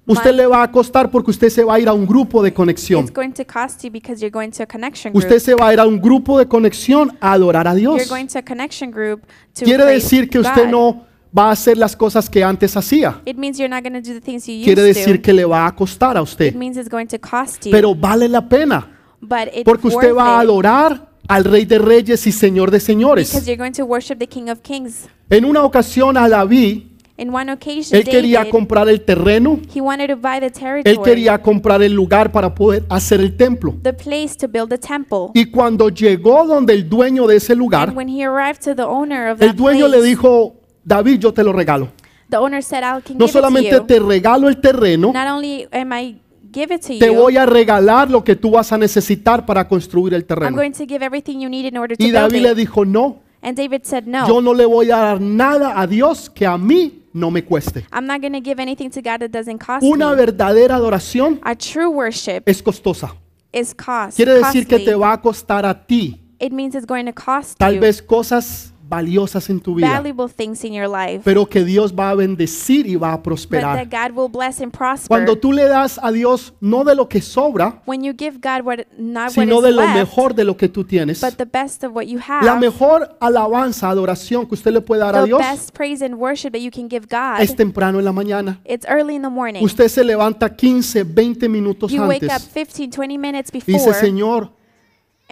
S1: usted
S2: mon-
S1: le va a costar porque usted se va a ir a un grupo de conexión.
S2: it's going to cost you because you're going to a connection group.
S1: Usted se va a ir a un grupo de conexión a adorar a
S2: You're
S1: Dios.
S2: going to a connection group to
S1: Quiere
S2: praise
S1: decir que usted
S2: God.
S1: no va a hacer las cosas que antes hacía.
S2: It means you're not going to do the things you
S1: Quiere
S2: used
S1: decir
S2: to.
S1: que le va a costar a
S2: It
S1: usted.
S2: means it's going to cost you.
S1: Pero vale la pena
S2: but it's
S1: porque usted
S2: worth
S1: va a
S2: it
S1: adorar al Rey de Reyes y Señor de
S2: because
S1: Señores.
S2: you're going to worship the King of Kings.
S1: En una ocasión a David,
S2: In one occasion,
S1: él quería
S2: David,
S1: comprar el terreno,
S2: he wanted to buy the territory,
S1: él quería comprar el lugar para poder hacer el templo.
S2: the place to build the temple.
S1: Y cuando llegó donde el dueño de ese
S2: And
S1: lugar,
S2: when he arrived to the owner of
S1: el
S2: that
S1: dueño le
S2: place,
S1: dijo, David, yo te lo regalo.
S2: the owner said, "I can
S1: No
S2: give it to
S1: solamente
S2: you.
S1: te regalo el terreno,
S2: Not only am I give it to
S1: te
S2: you,
S1: voy a regalar lo que tú vas a necesitar para construir el
S2: I'm
S1: terreno.
S2: going to give everything you need in order to
S1: Y
S2: build
S1: David le
S2: it."
S1: dijo, no,
S2: And David said, "No,
S1: yo no le voy a dar nada a Dios que a mí no me cueste.
S2: I'm not going to give anything to God that doesn't cost
S1: Una
S2: me.
S1: verdadera adoración
S2: Our true worship
S1: es costosa.
S2: is cost.
S1: Quiere decir que
S2: costly.
S1: te va a costar a ti
S2: It means it's going to cost
S1: tal
S2: you
S1: vez cosas valiosas en tu vida,
S2: valuable things in your life,
S1: pero que Dios va a bendecir y va a
S2: but
S1: prosperar.
S2: that God will bless and prosper.
S1: Cuando tú le das a Dios no de lo que sobra,
S2: when you give God what not Ah, what
S1: sino
S2: is
S1: de lo
S2: left,
S1: mejor de lo que tú tienes.
S2: but the best of what you have,
S1: La mejor alabanza, adoración que usted le puede dar a
S2: the
S1: Dios
S2: best praise and worship that you can give God,
S1: es temprano en la mañana.
S2: it's early in the morning.
S1: Usted se levanta 15, 20 minutos
S2: you wake up
S1: antes.
S2: 15, 20 minutes
S1: y Dice,
S2: before,
S1: Señor,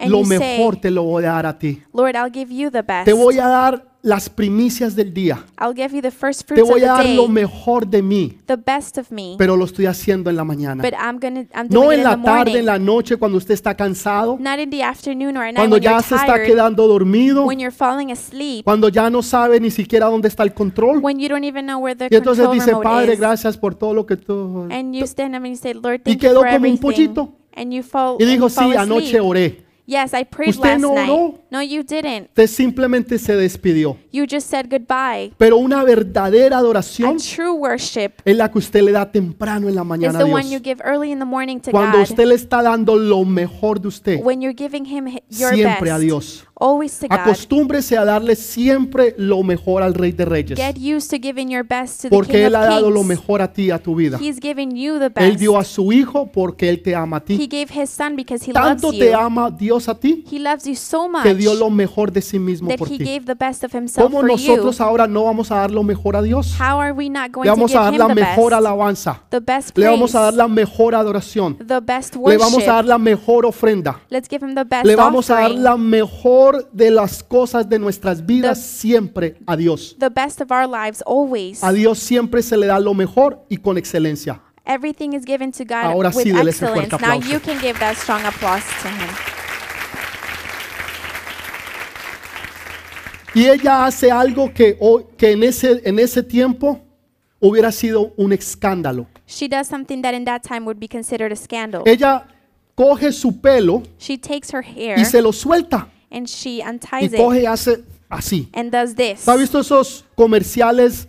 S2: and
S1: lo
S2: you
S1: mejor
S2: say,
S1: te lo voy a dar a ti.
S2: Lord, I'll give you the best.
S1: Te voy a dar las primicias del día.
S2: I'll give you the first
S1: Te
S2: fruits of
S1: voy
S2: the
S1: a dar
S2: day,
S1: lo mejor de mí,
S2: the best of me.
S1: pero lo estoy haciendo en la mañana.
S2: but I'm gonna, I'm doing
S1: No en
S2: it in the
S1: la
S2: morning,
S1: tarde, en la noche, cuando usted está cansado,
S2: not in the afternoon or at night
S1: cuando
S2: when
S1: ya
S2: you're
S1: se está
S2: tired,
S1: quedando dormido,
S2: when you're falling asleep,
S1: cuando ya no sabe ni siquiera dónde está el control.
S2: when you don't even know where the
S1: Y entonces
S2: control
S1: dice,
S2: remote
S1: Padre,
S2: is.
S1: gracias por todo lo que tú...
S2: And you stand up and you say, Lord,
S1: Y
S2: thank you
S1: quedó
S2: for
S1: como un
S2: everything.
S1: pollito.
S2: And you fall,
S1: Y
S2: and you
S1: dijo,
S2: fall
S1: sí, anoche
S2: asleep.
S1: oré.
S2: Yes, I prayed
S1: Usted
S2: last
S1: no
S2: night.
S1: oró.
S2: No, you didn't.
S1: Usted simplemente se despidió.
S2: You just said goodbye.
S1: Pero una verdadera adoración
S2: A true worship
S1: es la que usted le da temprano en la
S2: is
S1: mañana a
S2: the one you
S1: Dios.
S2: give early in the morning to
S1: Cuando
S2: God.
S1: usted le está dando lo mejor de usted,
S2: when you're giving him hi- your
S1: siempre
S2: best.
S1: a Dios.
S2: Always to God.
S1: Acostúmbrese a darle siempre lo mejor al Rey de Reyes.
S2: Get used to giving your best to the
S1: Porque
S2: King
S1: Él ha
S2: of
S1: dado lo
S2: Kings.
S1: mejor a ti, a tu vida.
S2: He's giving you the
S1: Él
S2: best.
S1: dio a su Hijo porque Él te ama a
S2: he
S1: ti.
S2: gave his son because he
S1: Tanto
S2: loves
S1: te
S2: you.
S1: ama Dios a ti
S2: he loves you so much
S1: que dio lo mejor de sí mismo
S2: that
S1: por
S2: he
S1: ti.
S2: gave the best of himself
S1: ¿Cómo
S2: for you.
S1: nosotros ahora no vamos a dar lo mejor a Dios?
S2: How are we not going
S1: Le vamos
S2: to
S1: a
S2: give
S1: dar la
S2: him the
S1: mejor
S2: best?
S1: alabanza.
S2: The best
S1: Le
S2: praise.
S1: vamos a dar la mejor adoración.
S2: the best
S1: Le
S2: worship.
S1: vamos a dar la mejor ofrenda.
S2: Let's give him the best
S1: Le vamos a dar
S2: offering.
S1: la mejor de las cosas de nuestras vidas siempre a Dios.
S2: the best of our lives always.
S1: A Dios siempre se le da lo mejor y con excelencia.
S2: Everything is given to God
S1: Ahora
S2: with
S1: sí, dele ese fuerte
S2: excellence. Now
S1: aplauso.
S2: you can give that strong applause to him.
S1: Y ella hace algo que, hoy- que en, ese, en ese tiempo hubiera sido un escándalo.
S2: She does something that in that time would be considered a scandal.
S1: Ella coge su pelo
S2: she takes her hair
S1: y se lo suelta.
S2: and she
S1: Y
S2: unties it
S1: coge y hace así.
S2: and does this.
S1: ¿Ha visto esos comerciales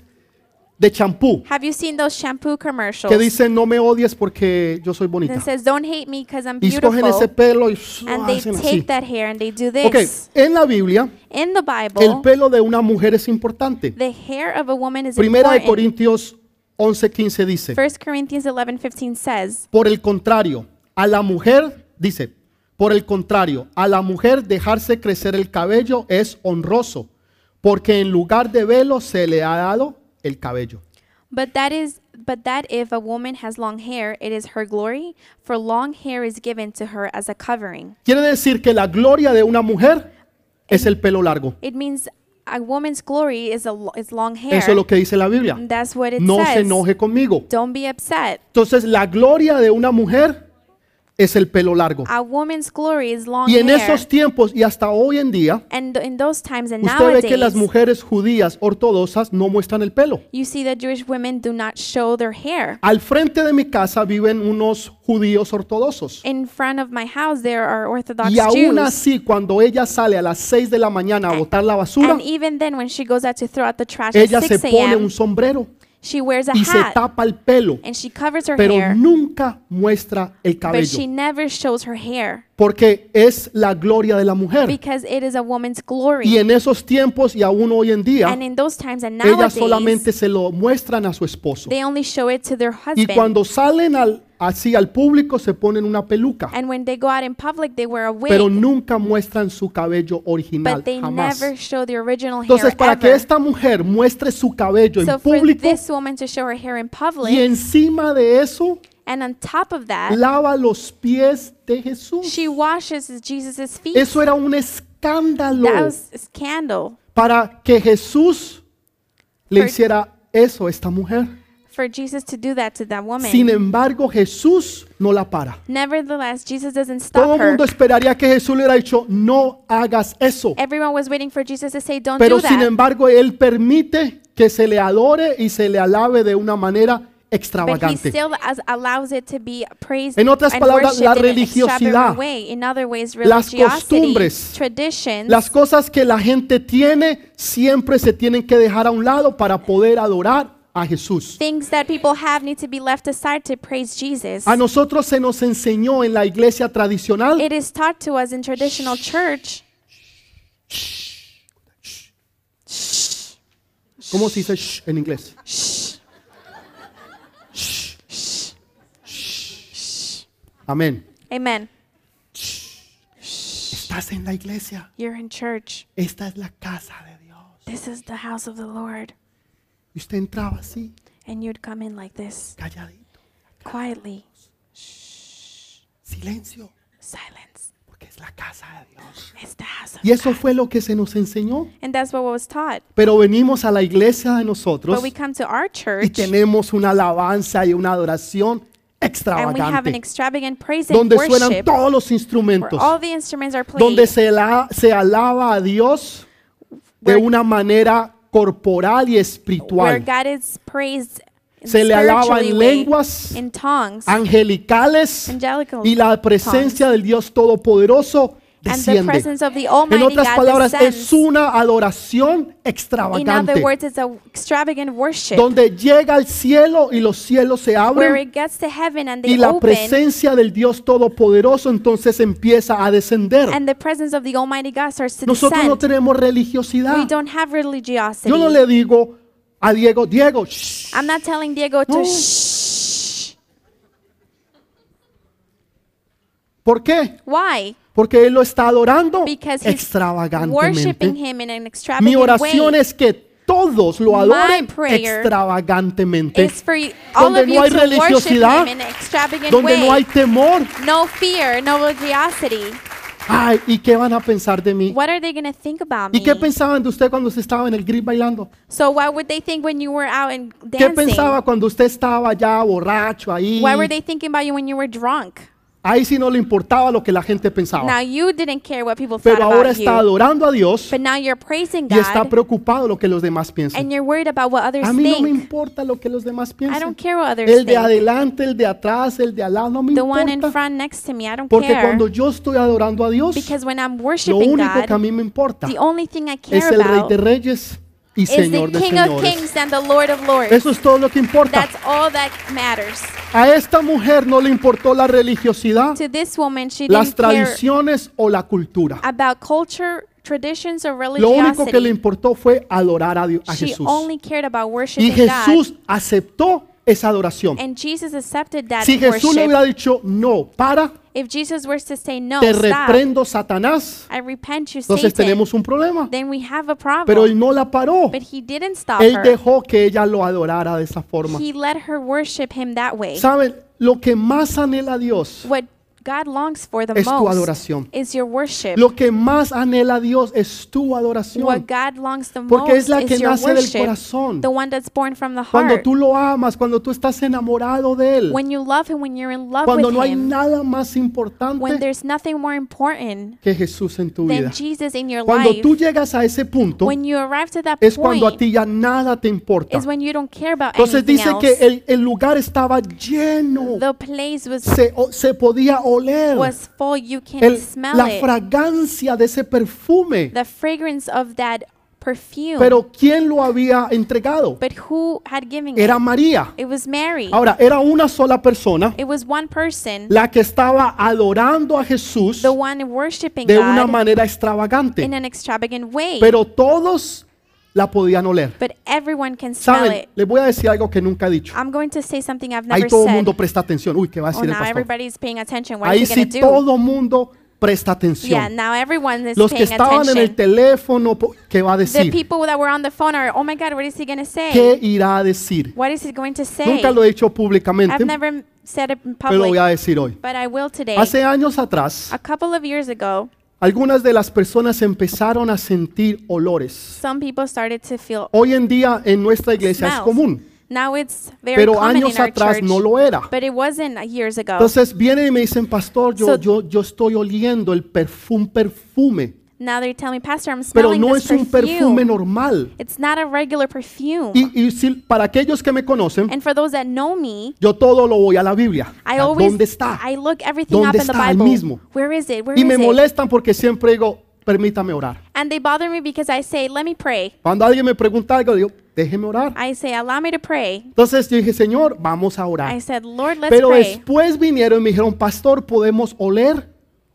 S1: de champú
S2: Have you seen those shampoo commercials
S1: que dicen no me odies porque yo soy bonita?
S2: that says don't hate me because I'm
S1: Y cogen ese
S2: beautiful?
S1: pelo y shh,
S2: And they
S1: hacen así.
S2: take that hair and they do
S1: Ok,
S2: this.
S1: en la Biblia
S2: In the
S1: el
S2: Bible,
S1: pelo de una mujer es importante.
S2: the hair of a woman is
S1: Primera de
S2: important.
S1: Corintios 11:15 dice,
S2: 1 Corinthians 11:15 says,
S1: por el contrario, a la mujer dice, por el contrario, a la mujer dejarse crecer el cabello es honroso, porque en lugar de velo se le ha dado el cabello.
S2: But that is but that if a woman has long hair, it is her glory, for long hair is given to her as a covering.
S1: Quiere decir que la gloria de una mujer es el pelo largo.
S2: It means a woman's glory is a lo- is long hair.
S1: Eso es lo que dice la Biblia.
S2: And That's what it
S1: No se
S2: says.
S1: enoje conmigo.
S2: Don't be upset.
S1: Entonces, la gloria de una mujer es el pelo largo.
S2: A woman's glory is long
S1: Y en
S2: hair.
S1: esos tiempos y hasta hoy en día,
S2: and th- in those times and
S1: usted ve
S2: nowadays,
S1: que las mujeres judías ortodoxas no muestran el pelo.
S2: you see that Jewish women do not show their hair.
S1: Al frente de mi casa viven unos judíos ortodoxos.
S2: In front of my house, there are Orthodox
S1: Y aún
S2: Jews.
S1: así, cuando ella sale a las 6 de la mañana a botar la basura,
S2: Eh, And even then, when she goes out to throw out the trash
S1: ella
S2: at
S1: se
S2: 6
S1: pone un
S2: a.m.,
S1: sombrero
S2: she wears a
S1: y se
S2: hat
S1: tapa el pelo,
S2: and she covers her
S1: pero
S2: hair.
S1: nunca muestra el
S2: But she
S1: cabello,
S2: never shows her hair
S1: porque es la gloria de la mujer.
S2: because it is a woman's glory.
S1: Y en esos tiempos y aún hoy en día,
S2: and in those times and
S1: ellas
S2: nowadays,
S1: solamente se lo muestran a su esposo.
S2: they only show it to their
S1: Y
S2: husband.
S1: cuando salen al, así al público se ponen una peluca,
S2: and when they go out in public, they wear a wig,
S1: pero nunca muestran su cabello original,
S2: but they
S1: jamás.
S2: never show the original
S1: Entonces,
S2: hair
S1: para que
S2: ever.
S1: esta mujer muestre su cabello
S2: so
S1: en
S2: for
S1: público
S2: this woman to show her hair in public,
S1: y encima de eso
S2: and on top of that,
S1: lava los pies de Jesús.
S2: she washes Jesus' feet.
S1: Eso era un escándalo
S2: that was a scandal
S1: para que Jesús le
S2: For-
S1: hiciera eso a esta mujer.
S2: for Jesus to do that to that woman.
S1: Sin embargo, Jesús no la para.
S2: Nevertheless, Jesus doesn't stop
S1: Todo el
S2: her.
S1: mundo esperaría que Jesús le hubiera dicho, no hagas eso.
S2: Everyone was waiting for Jesus to say, "Don't
S1: Pero
S2: do that."
S1: sin embargo, Él permite que se le adore y se le alabe de una manera
S2: But he
S1: extravagante.
S2: still as- allows it to be praised
S1: En otras
S2: and
S1: palabras,
S2: worshipped
S1: la
S2: in an extravagant
S1: religiosidad,
S2: way. In other ways,
S1: las
S2: religiosity,
S1: costumbres,
S2: traditions,
S1: Las cosas que la gente tiene siempre se tienen que dejar a un lado para poder adorar a Jesús.
S2: Things that people have need to be left aside to praise Jesus.
S1: A nosotros se nos enseñó en la iglesia tradicional
S2: It is taught to us in traditional church.
S1: ¿Cómo se dice shh en inglés? Amén.
S2: Amen.
S1: Estás en la iglesia.
S2: You're in church.
S1: Esta es la casa de Dios.
S2: This is the house of the Lord.
S1: Y usted entraba así,
S2: And you'd come in like this,
S1: calladito.
S2: quietly,
S1: Silencio,
S2: silence.
S1: porque es la casa de Dios.
S2: It's the house of
S1: Y eso
S2: God.
S1: fue lo que se nos enseñó.
S2: And that's what was taught.
S1: Pero venimos a la iglesia de nosotros
S2: But we come to our
S1: y
S2: church
S1: tenemos una alabanza y una adoración
S2: and we have an
S1: extravagante,
S2: extravagant praise and
S1: donde suenan
S2: worship
S1: todos los
S2: where
S1: instrumentos,
S2: all the instruments are played.
S1: donde se, la- se alaba a Dios de
S2: Where-
S1: una manera corporal y
S2: where
S1: espiritual,
S2: God is praised in
S1: Se le alaba
S2: spiritually
S1: en
S2: way,
S1: lenguas,
S2: in tongues,
S1: angelicales
S2: angelical
S1: y la presencia del Dios Todopoderoso
S2: tongues, and the
S1: desciende.
S2: presence of the
S1: En
S2: Almighty
S1: otras
S2: God
S1: palabras, es
S2: descends.
S1: una adoración
S2: In other
S1: extravagante,
S2: words, it's an extravagant worship
S1: donde llega al cielo y los cielos se
S2: where
S1: abren
S2: it gets to heaven and
S1: y
S2: they
S1: la
S2: open
S1: presencia del Dios Todopoderoso entonces empieza a descender.
S2: and the presence of the Almighty God starts to
S1: Nosotros no
S2: descend.
S1: tenemos
S2: We
S1: religiosidad.
S2: don't have
S1: Ah.
S2: religiosity.
S1: Yo no le digo a Diego, Diego, shh,
S2: I'm not telling Diego to
S1: No.
S2: shh.
S1: ¿por qué?
S2: Why?
S1: Porque él lo está adorando
S2: Because he's worshiping
S1: extravagantemente.
S2: him in an
S1: Mi
S2: extravagant
S1: oración
S2: way.
S1: es que todos lo adoren
S2: prayer
S1: extravagantemente,
S2: It's for you- all
S1: donde
S2: of
S1: no
S2: you
S1: hay
S2: to worship
S1: religiosidad,
S2: him in an extravagant
S1: donde
S2: way.
S1: no hay temor.
S2: no fear, no religiosity.
S1: Ay, ¿y qué van a pensar de mí?
S2: What are they going to think about
S1: ¿Y qué
S2: me?
S1: pensaban de usted cuando usted estaba en el grid bailando?
S2: So what would they think when you were out and
S1: ¿Qué
S2: dancing?
S1: pensaba cuando usted estaba ya borracho ahí?
S2: Why were they thinking about you when you were drunk?
S1: Ahí sí no le importaba lo que la gente pensaba.
S2: Now you didn't care what people thought
S1: Pero ahora
S2: about you,
S1: está adorando a Dios
S2: but now you're praising
S1: y está
S2: God
S1: preocupado lo que los demás piensan.
S2: and you're worried about what others
S1: A mí no me
S2: think.
S1: importa lo que los demás
S2: I
S1: piensan.
S2: don't care what others
S1: El de
S2: think.
S1: adelante, el de atrás, el de al lado, no me
S2: The one in
S1: importa.
S2: front next to me, I don't
S1: Porque
S2: care.
S1: cuando yo estoy adorando a Dios,
S2: Because when I'm
S1: lo
S2: worshiping
S1: único que a
S2: God,
S1: mí me importa
S2: the only thing I
S1: es
S2: care
S1: el Rey de
S2: about
S1: Reyes y
S2: is the
S1: Señor de
S2: King of
S1: Señores.
S2: Kings and the Lord of Lords.
S1: Eso es todo lo que importa.
S2: That's all that matters.
S1: A esta mujer no le importó la religiosidad,
S2: To this woman, she
S1: las
S2: didn't care
S1: tradiciones o la cultura.
S2: about culture, traditions, or
S1: Lo único que le
S2: religiosity.
S1: importó fue adorar a, Dios, a
S2: She
S1: Jesús.
S2: only cared about
S1: Y
S2: worshiping God.
S1: Jesús aceptó esa adoración.
S2: And Jesus accepted that
S1: Si Jesús le
S2: worship.
S1: hubiera dicho, no, para,
S2: If Jesus were to say no,
S1: te
S2: stop,
S1: reprendo Satanás,
S2: I repent you,
S1: entonces
S2: Satan,
S1: tenemos un problema.
S2: then we have a
S1: Pero él
S2: problem.
S1: no la paró.
S2: But he didn't stop
S1: Él
S2: her.
S1: dejó que ella lo adorara de esa forma.
S2: He let her worship him that way.
S1: ¿Saben? Lo que más anhela Dios,
S2: What God longs for the
S1: Es tu
S2: most
S1: adoración.
S2: is your worship.
S1: lo que más anhela Dios es tu
S2: What
S1: adoración.
S2: God longs the
S1: Porque es
S2: most
S1: la que
S2: is your
S1: nace del
S2: worship,
S1: corazón.
S2: the one that's born from the
S1: Cuando
S2: heart.
S1: tú lo amas, cuando tú estás enamorado de Él,
S2: When you love him, when you're in love
S1: cuando
S2: with
S1: no hay
S2: him,
S1: nada más
S2: when
S1: importante
S2: there's nothing more important
S1: que Jesús en tu vida.
S2: than Jesus in your
S1: Cuando
S2: life,
S1: tú llegas a ese punto,
S2: when you arrive to that
S1: es cuando a
S2: point,
S1: ti ya nada te importa.
S2: is when you don't care about
S1: Entonces
S2: anything
S1: dice que
S2: else.
S1: el, el lugar estaba lleno,
S2: The place was
S1: se, o- se podía oler
S2: was full. You can
S1: el-
S2: smell
S1: la
S2: it.
S1: fragancia de ese perfume.
S2: The fragrance of that perfume.
S1: Pero ¿quién lo había entregado?
S2: but who had given
S1: Era
S2: it?
S1: María.
S2: It was Mary.
S1: Ahora, era una sola persona
S2: it was one person,
S1: la que estaba adorando a Jesús
S2: the one worshiping
S1: de una
S2: God
S1: manera
S2: in
S1: extravagante,
S2: an extravagant way.
S1: pero todos la podían oler.
S2: but everyone can smell
S1: Saben,
S2: it.
S1: les voy a decir algo que nunca he dicho.
S2: I'm going to say something I've
S1: Ahí
S2: never
S1: todo el
S2: said.
S1: mundo presta atención. Uy, ¿qué va a
S2: oh,
S1: decir el
S2: now
S1: pastor?
S2: everybody's paying attention. What are
S1: Ahí
S2: you
S1: sí
S2: going to do?
S1: todo mundo presta
S2: Yeah,
S1: atención.
S2: now everyone is
S1: Los que
S2: paying
S1: estaban en el
S2: attention.
S1: teléfono, po- ¿qué va a
S2: The
S1: decir?
S2: people that were on the phone are, oh my God, what is he going to say?
S1: ¿Qué irá a decir?
S2: What is he going to say?
S1: Nunca lo he hecho
S2: I've
S1: públicamente,
S2: never m- said it in
S1: pero lo
S2: public,
S1: voy a decir hoy.
S2: but I will today.
S1: Hace años atrás,
S2: A couple of years ago,
S1: algunas de las personas empezaron a sentir olores.
S2: some people started to feel
S1: Hoy en día en nuestra Oh, iglesia es
S2: smells.
S1: común,
S2: Now it's very
S1: pero
S2: common
S1: años
S2: in our
S1: atrás
S2: church,
S1: no lo era.
S2: but it wasn't uh, years ago.
S1: Entonces vienen y me dicen, pastor, yo,
S2: So-
S1: yo, yo estoy oliendo el perfume, perfume,
S2: now they tell me, Pastor, I'm
S1: pero
S2: smelling
S1: no
S2: this
S1: es un perfume normal.
S2: It's not a regular perfume.
S1: Y, y si- para aquellos que me conocen,
S2: and for those that know me,
S1: yo todo lo voy a la Biblia.
S2: I
S1: ¿A
S2: always
S1: ¿Dónde está?
S2: I look everything
S1: ¿Dónde
S2: up in the
S1: está? Ahí
S2: Bible.
S1: mismo.
S2: Where is it? Where is
S1: Y me
S2: it?
S1: molestan porque siempre digo, permítame orar.
S2: And they bother me because I say, "Let me pray."
S1: Cuando alguien me pregunta algo, digo, déjeme orar.
S2: I say, allow me to pray.
S1: Entonces yo dije, Señor, vamos a
S2: I
S1: orar.
S2: said, Lord, let's
S1: Ah. Pero
S2: pray.
S1: después vinieron y me dijeron, pastor, podemos oler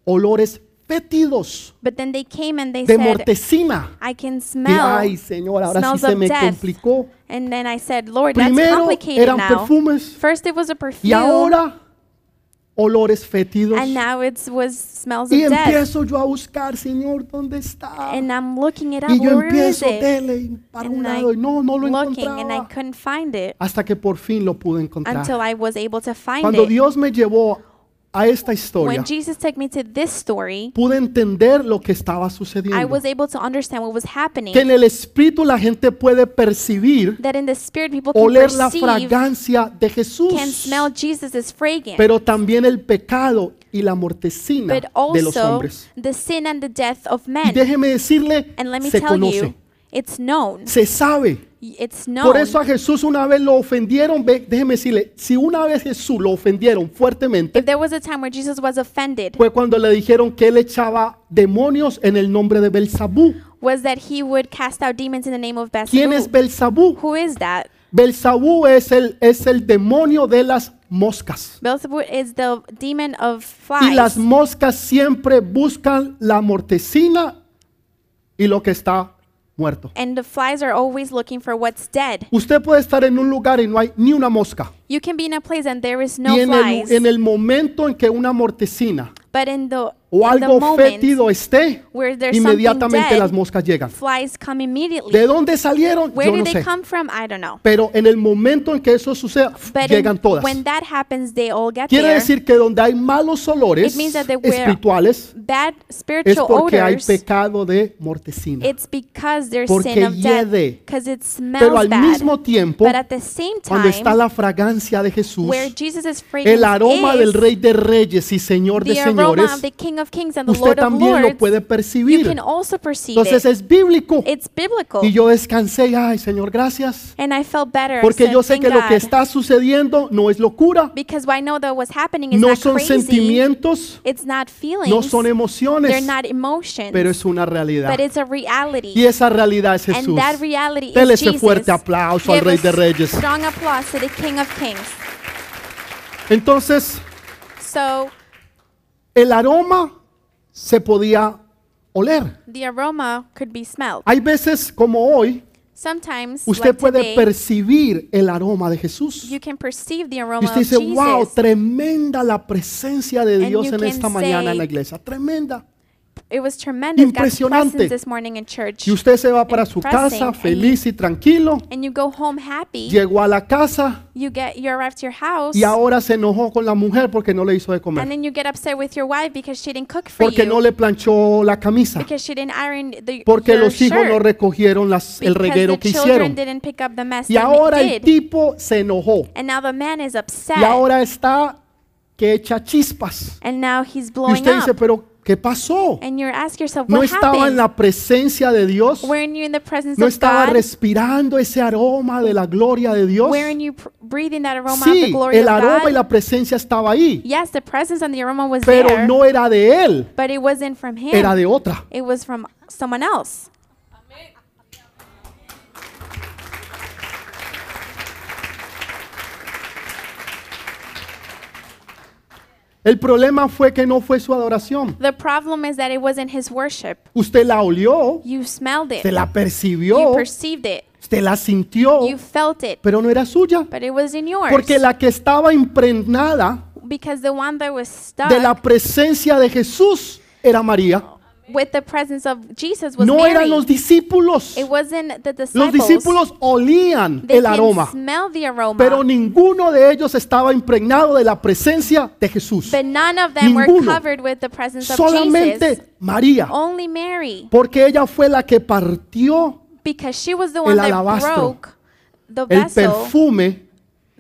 S1: olores fétidos
S2: But then they came and they
S1: de
S2: said,
S1: mortecina.
S2: I can
S1: Y, ay,
S2: smell.
S1: Señor, ahora sí
S2: smells
S1: se
S2: of
S1: me
S2: death.
S1: complicó.
S2: And then I said, Lord, that's
S1: Primero
S2: complicated
S1: eran
S2: now.
S1: perfumes
S2: First it was a
S1: y
S2: perfume,
S1: ahora olores fétidos.
S2: and now it was smells of
S1: Y
S2: death.
S1: empiezo yo a buscar, Señor, ¿dónde está?
S2: And I'm looking it up.
S1: Y yo
S2: Where is
S1: empiezo,
S2: it?
S1: dele, y para un
S2: And I
S1: lado, y no, no lo
S2: Looking, and I
S1: encontraba.
S2: couldn't find it
S1: Hasta que por fin lo pude
S2: until
S1: encontrar.
S2: I was able to find
S1: Cuando
S2: it.
S1: Dios me llevó a esta historia,
S2: When Jesus took me to this story,
S1: pude entender lo que estaba
S2: I
S1: sucediendo.
S2: was able to understand what was happening.
S1: Que en el espíritu la gente puede percibir,
S2: That in the spirit, people can
S1: oler la
S2: perceive,
S1: fragancia de
S2: can
S1: Jesús,
S2: smell Jesus' fragrance.
S1: pero también el pecado y la mortecina
S2: But
S1: de los
S2: also
S1: hombres.
S2: the sin and the death of
S1: Y
S2: men.
S1: déjeme decirle,
S2: And let me
S1: se
S2: tell
S1: conoce,
S2: you, it's known.
S1: se sabe.
S2: It's known.
S1: Por eso a Jesús una vez lo ofendieron, ve- déjeme decirle, si una vez Jesús lo ofendieron fuertemente,
S2: If there was a time where Jesus was offended,
S1: fue cuando le dijeron que él echaba demonios en el nombre de Belzabú.
S2: was that he would cast out demons in the name of
S1: ¿Quién es
S2: Beelzebub.
S1: Belzabú?
S2: Who is that?
S1: Belzabú es el, es el demonio de las moscas.
S2: Beelzebub is the demon of
S1: Y las
S2: flies.
S1: moscas siempre buscan la mortecina y lo que está muerto.
S2: And the flies are always looking for what's dead.
S1: Usted puede estar en un lugar y no hay ni una mosca.
S2: You can be in a place and there is
S1: y
S2: no
S1: en el,
S2: flies.
S1: en el momento en que una mortecina
S2: but in the,
S1: o
S2: in the
S1: algo
S2: moment
S1: fétido esté,
S2: where there's something
S1: inmediatamente
S2: dead,
S1: las moscas llegan.
S2: flies come immediately.
S1: ¿De dónde salieron?
S2: Where
S1: Yo
S2: do
S1: no
S2: they
S1: sé.
S2: come from? I don't know.
S1: Pero en el momento en que eso suceda, pf,
S2: But in-
S1: llegan todas.
S2: when that happens, they all get
S1: Quiere
S2: there.
S1: decir que donde hay malos olores
S2: It means that they were-
S1: espirituales
S2: Bad
S1: es
S2: spiritual
S1: porque hay
S2: odors.
S1: pecado de mortecina.
S2: It's because there's
S1: Porque
S2: sin of death.
S1: hiede.
S2: Because it smells
S1: Pero al
S2: bad.
S1: mismo tiempo,
S2: but at the same
S1: cuando está
S2: time,
S1: la fragancia de Jesús,
S2: where Jesus' fragrance
S1: el aroma
S2: is
S1: del Rey de Reyes y Señor de
S2: the aroma
S1: Señores,
S2: of the King of Kings and the
S1: usted
S2: Lord of
S1: también
S2: Lords,
S1: lo puede
S2: you
S1: percibir.
S2: can also perceive
S1: Entonces
S2: it.
S1: es bíblico.
S2: It's biblical.
S1: Y yo descansé, y, ay Señor, gracias.
S2: and I felt better. I
S1: Porque
S2: said,
S1: yo sé
S2: "Thank
S1: que lo que
S2: God."
S1: está sucediendo no es locura,
S2: because I know that what's happening is
S1: no
S2: not
S1: son
S2: crazy.
S1: sentimientos,
S2: It's not feelings.
S1: no son
S2: They're
S1: emociones,
S2: not emotions.
S1: pero es una realidad.
S2: but it's a reality.
S1: Y esa realidad es
S2: And
S1: Jesús.
S2: that reality
S1: Dele
S2: is
S1: ese
S2: Jesus.
S1: fuerte aplauso al
S2: Give
S1: Rey de
S2: a
S1: Reyes.
S2: Strong applause to the King of Kings.
S1: Entonces,
S2: So
S1: el aroma se podía oler.
S2: the aroma could be smelled.
S1: Hay veces como hoy,
S2: Sometimes
S1: usted
S2: like
S1: puede
S2: today,
S1: percibir el aroma de Jesús.
S2: you can perceive the
S1: Y
S2: aroma
S1: usted
S2: of
S1: dice, wow,
S2: Jesus.
S1: tremenda la presencia de
S2: And
S1: Dios
S2: you
S1: en
S2: can
S1: esta mañana en la
S2: say-
S1: iglesia. Tremenda.
S2: It was tremendous. God's
S1: Impresionante.
S2: presence this morning in church.
S1: Y usted se va para su
S2: Impressing.
S1: casa
S2: And
S1: feliz y tranquilo.
S2: And you go home happy.
S1: Llegó a la casa
S2: You get you arrive to your house.
S1: y ahora se enojó con la mujer porque no le hizo de
S2: And
S1: comer.
S2: then you get upset with your wife because she didn't cook for
S1: Porque
S2: you.
S1: no le planchó la camisa.
S2: because she didn't iron the
S1: Porque
S2: your
S1: los hijos
S2: shirt.
S1: no recogieron las- el
S2: Because
S1: reguero
S2: the
S1: que
S2: children
S1: hicieron.
S2: didn't pick up the mess
S1: Y
S2: that they
S1: ahora el
S2: did.
S1: tipo se enojó.
S2: And now the man is upset.
S1: Y ahora está que echa chispas.
S2: and now he's
S1: Y
S2: blowing
S1: usted dice,
S2: up.
S1: pero ¿qué pasó?
S2: And you ask yourself,
S1: No
S2: what
S1: estaba en
S2: happened?
S1: la presencia de Dios.
S2: Weren't you in the presence
S1: No
S2: of
S1: estaba
S2: God?
S1: respirando ese aroma de la gloria de Dios.
S2: Weren't you pr- breathing that aroma of the
S1: Sí,
S2: glory
S1: el
S2: of
S1: aroma
S2: God?
S1: y la presencia estaba ahí,
S2: yes, the presence and the aroma was
S1: pero
S2: there,
S1: no era de él,
S2: but it wasn't from him.
S1: era de otra.
S2: it was from someone else.
S1: El problema fue que no fue su adoración.
S2: The problem is that it wasn't his worship.
S1: Usted la olió,
S2: You smelled it.
S1: usted la
S2: you
S1: percibió,
S2: perceived it.
S1: usted la sintió,
S2: You felt it.
S1: pero no era suya,
S2: But it wasn't yours.
S1: porque la que estaba impregnada
S2: because the one that was stuck
S1: de la presencia de Jesús era María.
S2: with the presence of Jesus was
S1: No
S2: Mary.
S1: eran los discípulos.
S2: It wasn't the
S1: Los
S2: disciples.
S1: discípulos olían
S2: They
S1: el
S2: can
S1: aroma,
S2: smell the aroma.
S1: pero ninguno de ellos estaba impregnado de la presencia de Jesús.
S2: but none of them
S1: ninguno.
S2: were covered with the presence of Jesus. Oh.
S1: Solamente María.
S2: Only Mary,
S1: Porque ella fue la que partió
S2: because she was the
S1: El
S2: one that
S1: alabastro.
S2: broke the
S1: el
S2: vessel,
S1: perfume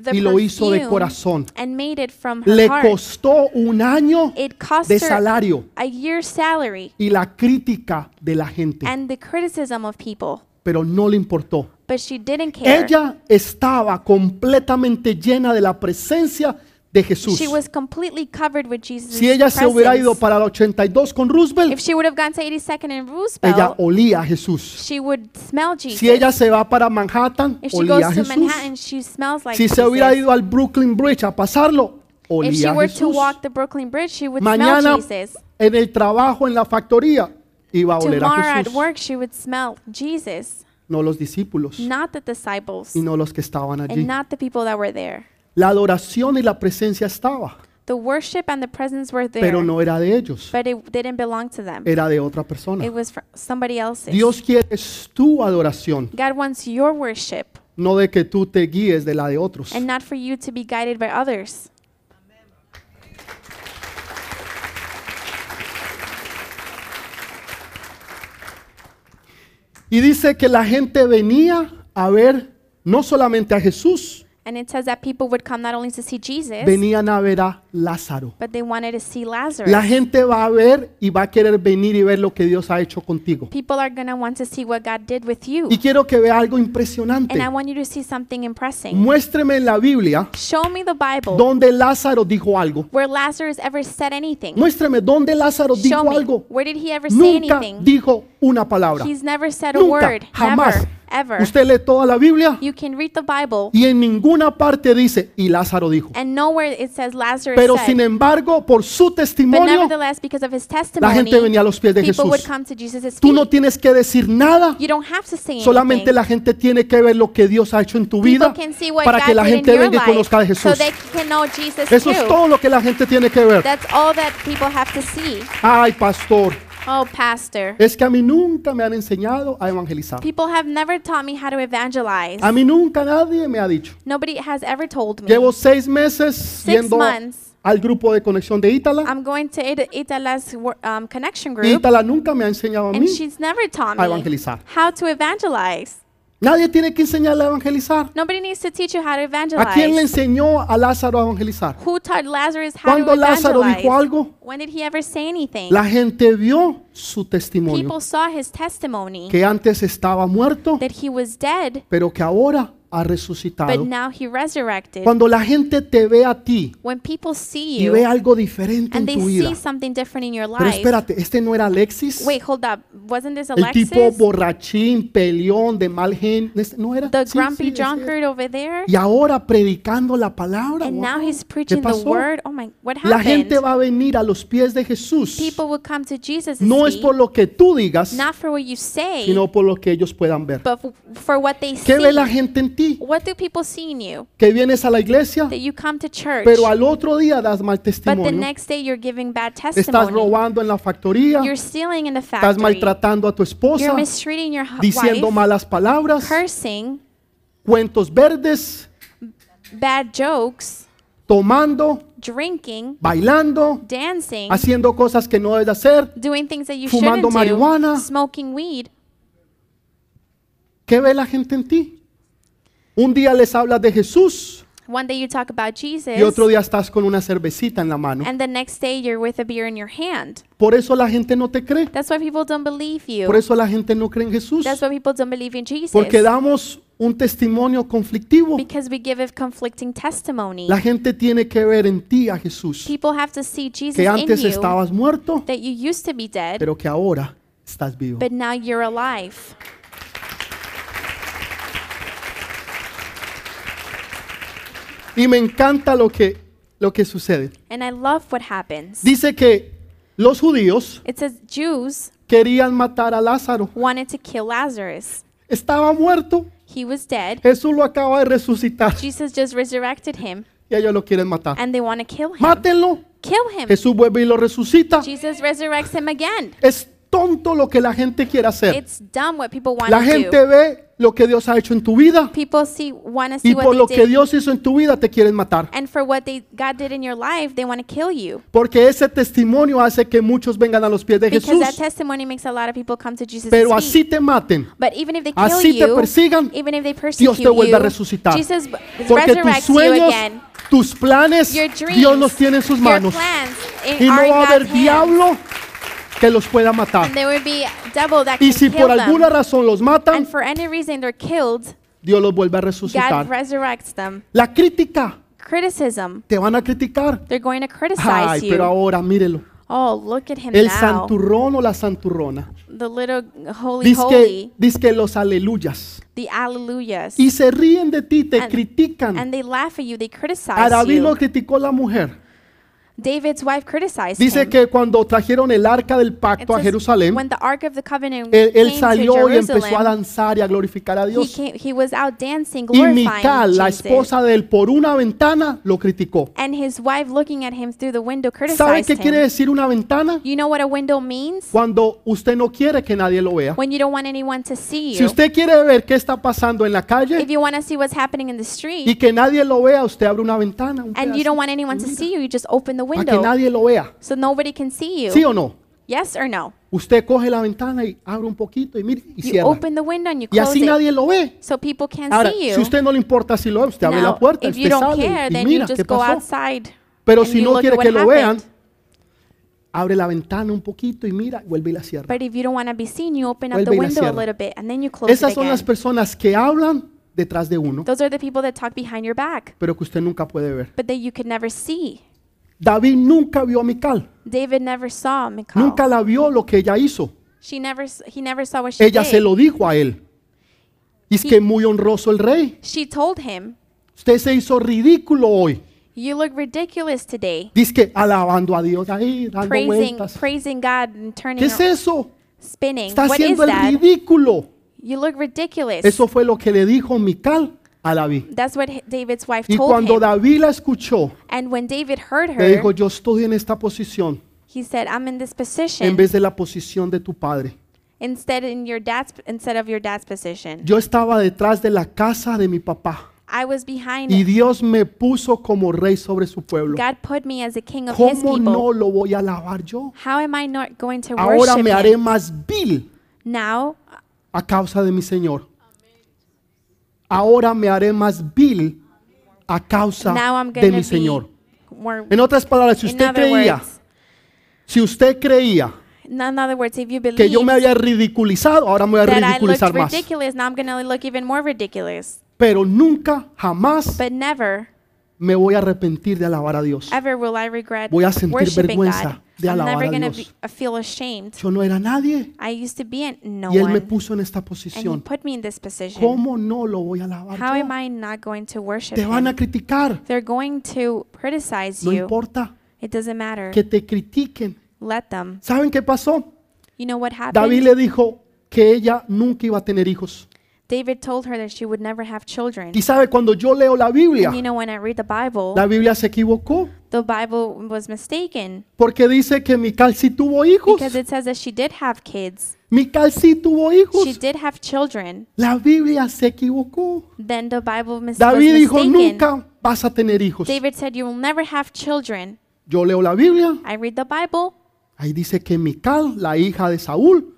S2: the
S1: y lo hizo de
S2: perfume,
S1: corazón.
S2: and made it from her
S1: Le
S2: heart.
S1: costó un año
S2: It cost
S1: de
S2: her
S1: salario
S2: a year's salary
S1: y la crítica de la gente,
S2: and the criticism of people,
S1: pero no le importó.
S2: but she didn't care.
S1: Ella estaba completamente llena de la presencia de Jesús.
S2: She was completely covered with Jesus'
S1: Si ella se hubiera ido
S2: presence.
S1: para la 82 con Roosevelt,
S2: If she would have gone to 82nd and Roosevelt,
S1: ella olía a Jesús.
S2: she would smell Jesus.
S1: Si ella se va para Manhattan,
S2: if she goes
S1: olía a
S2: to
S1: Jesús.
S2: Manhattan, she smells like
S1: Si se
S2: Jesus.
S1: hubiera ido al Brooklyn Bridge a pasarlo,
S2: if she
S1: olía a
S2: were to
S1: Jesús.
S2: walk the Brooklyn Bridge, she would
S1: Mañana
S2: smell Jesus.
S1: en el trabajo, en la factoría, iba a oler
S2: Tomorrow
S1: a
S2: at
S1: Jesús.
S2: work, she would smell Jesus,
S1: No los discípulos
S2: not the disciples,
S1: y no los que estaban allí.
S2: and not the people that were there.
S1: La adoración y la presencia estaba,
S2: The worship and the presence were there,
S1: pero no era de ellos,
S2: but it didn't belong to them.
S1: era de otra persona.
S2: It was for somebody else's.
S1: Dios quiere es tu adoración,
S2: God wants your worship
S1: no de que tú te guíes de la de otros.
S2: and not for you to be guided by others.
S1: Y dice que la gente venía a ver no solamente a Jesús,
S2: And it says that people would come not only to see Jesus,
S1: venían a ver a Lázaro.
S2: but they wanted to see Lazarus.
S1: La gente va a ver y va a querer venir y ver lo que Dios ha hecho contigo.
S2: People are going to want to see what God did with you.
S1: Y quiero que vea algo impresionante.
S2: And I want you to see something impressing.
S1: Muéstreme en la Biblia
S2: Show me the Bible
S1: donde Lázaro dijo algo.
S2: where Lazarus ever said anything.
S1: Muéstreme donde Lázaro
S2: Show
S1: dijo
S2: me
S1: algo.
S2: where did he ever say
S1: Nunca
S2: anything?
S1: dijo una palabra.
S2: He's never said a
S1: Nunca,
S2: word.
S1: jamás.
S2: Never, ever.
S1: Usted lee toda la Biblia
S2: You can read the Bible,
S1: y en ninguna parte dice y Lázaro dijo.
S2: and nowhere it says Lazarus
S1: Pero
S2: said.
S1: sin embargo, por su
S2: But
S1: testimonio,
S2: nevertheless, because of his
S1: la
S2: testimony,
S1: gente venía a los pies de
S2: people would
S1: Jesús.
S2: come to Jesus'
S1: Tú no
S2: feet.
S1: tienes que decir nada.
S2: You don't have to say
S1: Solamente
S2: anything.
S1: la gente tiene que ver lo que Dios ha hecho en tu vida
S2: People can see what
S1: para
S2: God
S1: que la
S2: did in
S1: gente
S2: your
S1: venga y
S2: life,
S1: conozca a
S2: So
S1: Jesús.
S2: they can know Jesus
S1: Eso
S2: too.
S1: es todo lo que la gente tiene que ver.
S2: That's all that people have to see.
S1: Ay, pastor,
S2: Oh, pastor.
S1: es que a mí nunca me han enseñado a evangelizar.
S2: People have never taught me how to evangelize.
S1: A mí nunca nadie me ha dicho.
S2: Nobody has ever told me.
S1: Llevo seis meses yendo
S2: months.
S1: al grupo de conexión de Ítala.
S2: I'm going to Ita- Itala's wor- um, connection group,
S1: Ítala nunca me ha enseñado a mí.
S2: and she's never taught me
S1: a evangelizar.
S2: how to evangelize.
S1: Nadie tiene que enseñarle a evangelizar.
S2: Nobody needs to teach you how to
S1: ¿A quién le
S2: evangelize.
S1: enseñó a Lázaro a evangelizar?
S2: Who taught Lazarus how to
S1: Cuando Lázaro dijo
S2: evangelize?
S1: algo,
S2: When did he ever say anything?
S1: la gente vio su testimonio,
S2: People saw his testimony
S1: que antes estaba muerto,
S2: that he was dead,
S1: pero que ahora ha
S2: but
S1: resucitado.
S2: now he resurrected.
S1: Cuando la gente te ve a ti
S2: When people see
S1: y ve
S2: you
S1: algo diferente en
S2: and they
S1: tu vida,
S2: see something different in your
S1: pero
S2: life,
S1: espérate, este no era Alexis,
S2: wait, hold up, wasn't this
S1: el tipo
S2: Alexis?
S1: borrachín, peleón, de mal genio, ¿este no era.
S2: The
S1: Sí, sí,
S2: grumpy
S1: ese era.
S2: drunkard over there?
S1: Y ahora predicando la palabra.
S2: And
S1: wow.
S2: now he's
S1: ¿Qué
S2: preaching the
S1: pasó?
S2: word. Oh my, what
S1: La gente
S2: happened?
S1: va a venir a los pies de Jesús.
S2: People will come to Jesus'
S1: No es
S2: feet,
S1: por lo que tú digas,
S2: not for what you say,
S1: sino por lo que ellos puedan ver.
S2: but f- for what they
S1: ¿Qué ve la
S2: see.
S1: gente en ti?
S2: What do people see in you?
S1: Que vienes a la iglesia,
S2: That you come to church,
S1: pero al otro día das mal
S2: but the
S1: testimonio.
S2: next day you're giving bad
S1: Estás
S2: testimony.
S1: robando en la factoría,
S2: You're stealing in the
S1: estás
S2: factory.
S1: maltratando a tu esposa,
S2: You're mistreating your hu-
S1: diciendo
S2: wife,
S1: malas palabras,
S2: cursing,
S1: cuentos verdes,
S2: bad jokes,
S1: tomando,
S2: drinking,
S1: bailando,
S2: dancing,
S1: haciendo cosas que no debes hacer.
S2: doing things that you shouldn't
S1: fumando
S2: do,
S1: marihuana.
S2: smoking weed.
S1: ¿Qué ve la gente en ti? Un día les hablas de Jesús
S2: One day you talk about Jesus,
S1: y otro día estás con una cervecita en la mano.
S2: and the next day you're with a beer in your hand.
S1: Por eso la gente no te cree.
S2: That's why people don't believe you.
S1: Por eso la gente no cree en Jesús.
S2: That's why people don't believe in Jesus.
S1: Porque damos un testimonio conflictivo.
S2: because we give a conflicting testimony.
S1: La gente tiene que ver en ti a Jesús,
S2: People have to see Jesus
S1: que
S2: in
S1: antes
S2: you,
S1: estabas muerto,
S2: that you used to be dead,
S1: pero que ahora estás vivo.
S2: but now you're alive.
S1: Y me encanta lo que, lo que sucede.
S2: And I love what happens.
S1: Dice que los judíos
S2: it says Jews
S1: querían matar a Lázaro.
S2: wanted to kill Lazarus.
S1: Estaba muerto,
S2: He was dead.
S1: Jesús lo acaba de resucitar
S2: Jesus just resurrected him,
S1: y ellos lo quieren matar.
S2: and they want to kill him.
S1: Mátenlo.
S2: Kill him.
S1: Jesús vuelve y lo resucita.
S2: Jesus resurrects him again.
S1: Es tonto lo que la gente quiere hacer.
S2: It's dumb what people want
S1: La
S2: to
S1: gente
S2: do.
S1: ve lo que Dios ha hecho en tu vida
S2: People see want to see
S1: y por lo
S2: what they
S1: que
S2: did,
S1: Dios hizo en tu vida te quieren matar.
S2: and for what they God did in your life, they want to kill you.
S1: Porque ese testimonio hace que muchos vengan a los pies de
S2: Because
S1: Jesús.
S2: that testimony makes a lot of people come to Jesus'
S1: Pero
S2: feet.
S1: así te maten.
S2: but even if they kill
S1: así te
S2: you,
S1: persigan,
S2: even if they persecute
S1: te vuelve a
S2: you,
S1: resucitar.
S2: Jesus b-
S1: Porque tus
S2: resurrects you
S1: sueños,
S2: again.
S1: tus planes,
S2: Your dreams,
S1: Dios los tiene en sus
S2: your
S1: manos.
S2: plans, in-
S1: Y no
S2: are in
S1: va a
S2: God's
S1: haber
S2: hands.
S1: diablo que los pueda matar.
S2: And there would be double that
S1: Y
S2: can
S1: si
S2: kill
S1: por alguna
S2: them.
S1: razón los matan,
S2: And for any reason they're killed,
S1: Dios los vuelve a
S2: God
S1: resucitar.
S2: resurrects them.
S1: La crítica
S2: criticism.
S1: Te van a criticar.
S2: They're going to criticize
S1: Ay,
S2: you.
S1: pero ahora mírelo.
S2: oh, look at him
S1: El
S2: now.
S1: santurrón o la santurrona.
S2: The little holy
S1: Dice que,
S2: holy,
S1: dice que los aleluyas.
S2: the alleluias.
S1: Y se ríen de ti, te
S2: And-
S1: critican.
S2: and they laugh at you, they
S1: A
S2: criticize
S1: David lo
S2: you.
S1: criticó la mujer.
S2: David's wife criticized
S1: Dice
S2: him.
S1: que cuando trajeron el arca del
S2: It
S1: pacto a
S2: says,
S1: Jerusalén,
S2: when the Ark of the Covenant
S1: él, él
S2: came
S1: salió
S2: to
S1: y empezó a
S2: Jerusalem,
S1: danzar y a glorificar a
S2: he,
S1: Dios.
S2: came, he was out dancing,
S1: Y
S2: glorifying
S1: Mical, la
S2: Jesus.
S1: esposa de él, por una ventana lo criticó.
S2: and his wife looking at him through the window
S1: ¿Sabe
S2: criticized
S1: qué quiere
S2: him.
S1: decir una ventana?
S2: You know what a window means?
S1: Cuando usted no quiere que nadie lo vea.
S2: When you don't want anyone to see you.
S1: Si usted quiere ver qué está pasando en la
S2: if
S1: calle
S2: you want to see what's happening in the
S1: y
S2: street
S1: que nadie lo vea, usted abre una ventana un
S2: and you
S1: pedazo,
S2: don't want anyone to see you, you just open the
S1: para que
S2: window
S1: nadie lo vea.
S2: so nobody can see you.
S1: ¿Sí o no?
S2: Yes or no?
S1: Usted coge la ventana y abre un poquito y mire y
S2: You
S1: cierra.
S2: open the window and you
S1: Y
S2: close
S1: así
S2: it
S1: nadie lo ve.
S2: so people can't
S1: Ahora,
S2: see you.
S1: si usted no le importa si lo ve, usted abre
S2: Now,
S1: la puerta,
S2: if you
S1: usted
S2: don't
S1: sale
S2: care,
S1: y
S2: then you
S1: mira
S2: just
S1: qué
S2: go
S1: pasó.
S2: outside.
S1: Pero
S2: and
S1: si
S2: you
S1: no
S2: look
S1: quiere
S2: at
S1: que
S2: what
S1: lo vean,
S2: happened.
S1: abre la ventana un poquito y mira, y vuelve y la cierra.
S2: But if you don't want to be seen, you open up
S1: Vuelve
S2: the
S1: y la
S2: window a
S1: cierra.
S2: little bit and then you close
S1: Esas
S2: it
S1: son
S2: again.
S1: las personas que hablan detrás de uno,
S2: Those are the people that talk behind your back,
S1: pero que usted nunca puede ver.
S2: but that you could never see.
S1: David nunca vio a Mical,
S2: David never saw Michal.
S1: nunca la vio lo que ella hizo.
S2: She never, s- he never saw what she
S1: Ella se
S2: did.
S1: lo dijo a él. Y es que muy honroso el rey.
S2: She told him,
S1: Usted se hizo ridículo hoy.
S2: "You look ridiculous today,
S1: Dice que alabando a Dios ahí, dando
S2: praising,
S1: vueltas.
S2: praising God and turning,
S1: ¿Qué es
S2: ar-
S1: eso?
S2: spinning.
S1: Está
S2: What is
S1: haciendo el
S2: that?
S1: ridículo.
S2: You look ridiculous."
S1: Eso fue lo que le dijo Mical a David.
S2: That's what hi- David's wife
S1: Y
S2: told
S1: cuando
S2: him.
S1: David la escuchó,
S2: And when David heard
S1: le dijo,
S2: her,
S1: yo estoy en esta posición
S2: he said, "I'm in this
S1: en
S2: position
S1: vez de la posición de tu padre.
S2: instead in your dad's instead of your dad's position.
S1: Yo estaba detrás de la casa de mi papá
S2: I was behind
S1: y Dios me puso como rey sobre su pueblo.
S2: God put me as a king of his
S1: ¿Cómo
S2: people.
S1: no lo voy a alabar yo?
S2: How am I not going to
S1: Ahora
S2: worship
S1: me haré
S2: him?
S1: más vil
S2: Now
S1: a causa de mi Señor. Ahora me haré más vil a causa
S2: now I'm
S1: de
S2: going
S1: mi
S2: to be
S1: Señor.
S2: more
S1: En otras palabras, si
S2: in
S1: usted
S2: other
S1: creía,
S2: words,
S1: si usted creía
S2: in other words, if you believe
S1: que yo me había ridiculizado, ahora me voy a
S2: that I looked
S1: ridiculizar más.
S2: ridiculous, now I'm going to look even more ridiculous.
S1: Pero nunca, jamás
S2: But never,
S1: me voy a arrepentir de alabar a Dios.
S2: ever will I regret
S1: Voy a sentir
S2: worshiping
S1: vergüenza
S2: God.
S1: de
S2: I'm
S1: alabar
S2: never
S1: a
S2: going to
S1: Dios.
S2: be, uh, feel ashamed.
S1: Yo no era nadie
S2: I used to be in no
S1: y Él me
S2: one,
S1: puso en esta
S2: and He
S1: posición.
S2: put me in this position.
S1: ¿Cómo no lo voy a alabar?
S2: How am
S1: yo?
S2: I not going to worship
S1: Te van
S2: Him?
S1: a criticar.
S2: They're going to criticize
S1: No
S2: you.
S1: importa
S2: It doesn't matter.
S1: que te critiquen.
S2: Let them.
S1: ¿Saben qué pasó?
S2: You know what happened?
S1: David le dijo que ella nunca iba a tener hijos.
S2: David told her that she would never have children.
S1: Y sabe, cuando yo leo la Biblia,
S2: And you know, when I read the Bible,
S1: la Biblia se equivocó
S2: the Bible was mistaken
S1: porque dice que Mical sí tuvo hijos.
S2: because it says that she did have kids.
S1: Mical sí tuvo
S2: She
S1: hijos.
S2: did have children.
S1: La Biblia se equivocó.
S2: Then the Bible mis- was
S1: David dijo,
S2: mistaken.
S1: nunca vas a tener hijos.
S2: David said, You will never have children.
S1: Yo leo la Biblia,
S2: I read the Bible,
S1: ahí dice que Mical, la hija de Saúl,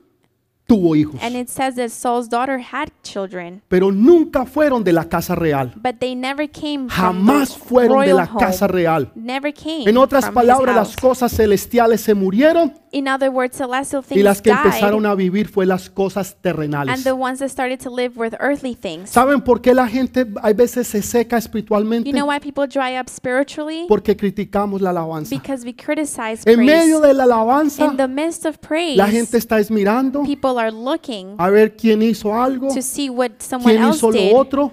S1: tuvo hijos.
S2: and it says that Saul's daughter had children,
S1: Pero nunca fueron de la casa real.
S2: but they never came from the
S1: Jamás fueron de
S2: royal
S1: la casa
S2: home.
S1: real.
S2: Never came.
S1: En otras
S2: from his
S1: palabras, las
S2: house.
S1: cosas celestiales se murieron
S2: In other words, celestial things
S1: y las que
S2: died,
S1: empezaron a vivir fue las cosas
S2: and
S1: terrenales.
S2: the ones that started to live with earthly things.
S1: ¿Saben por qué la gente hay veces se seca espiritualmente?
S2: You know why people dry up spiritually?
S1: Porque criticamos la alabanza.
S2: Because we criticize
S1: En
S2: praise.
S1: medio de la alabanza,
S2: In the midst of praise,
S1: la gente está es mirando
S2: people are looking
S1: a ver quién hizo algo,
S2: to see what someone
S1: quién
S2: else
S1: hizo
S2: did,
S1: lo otro,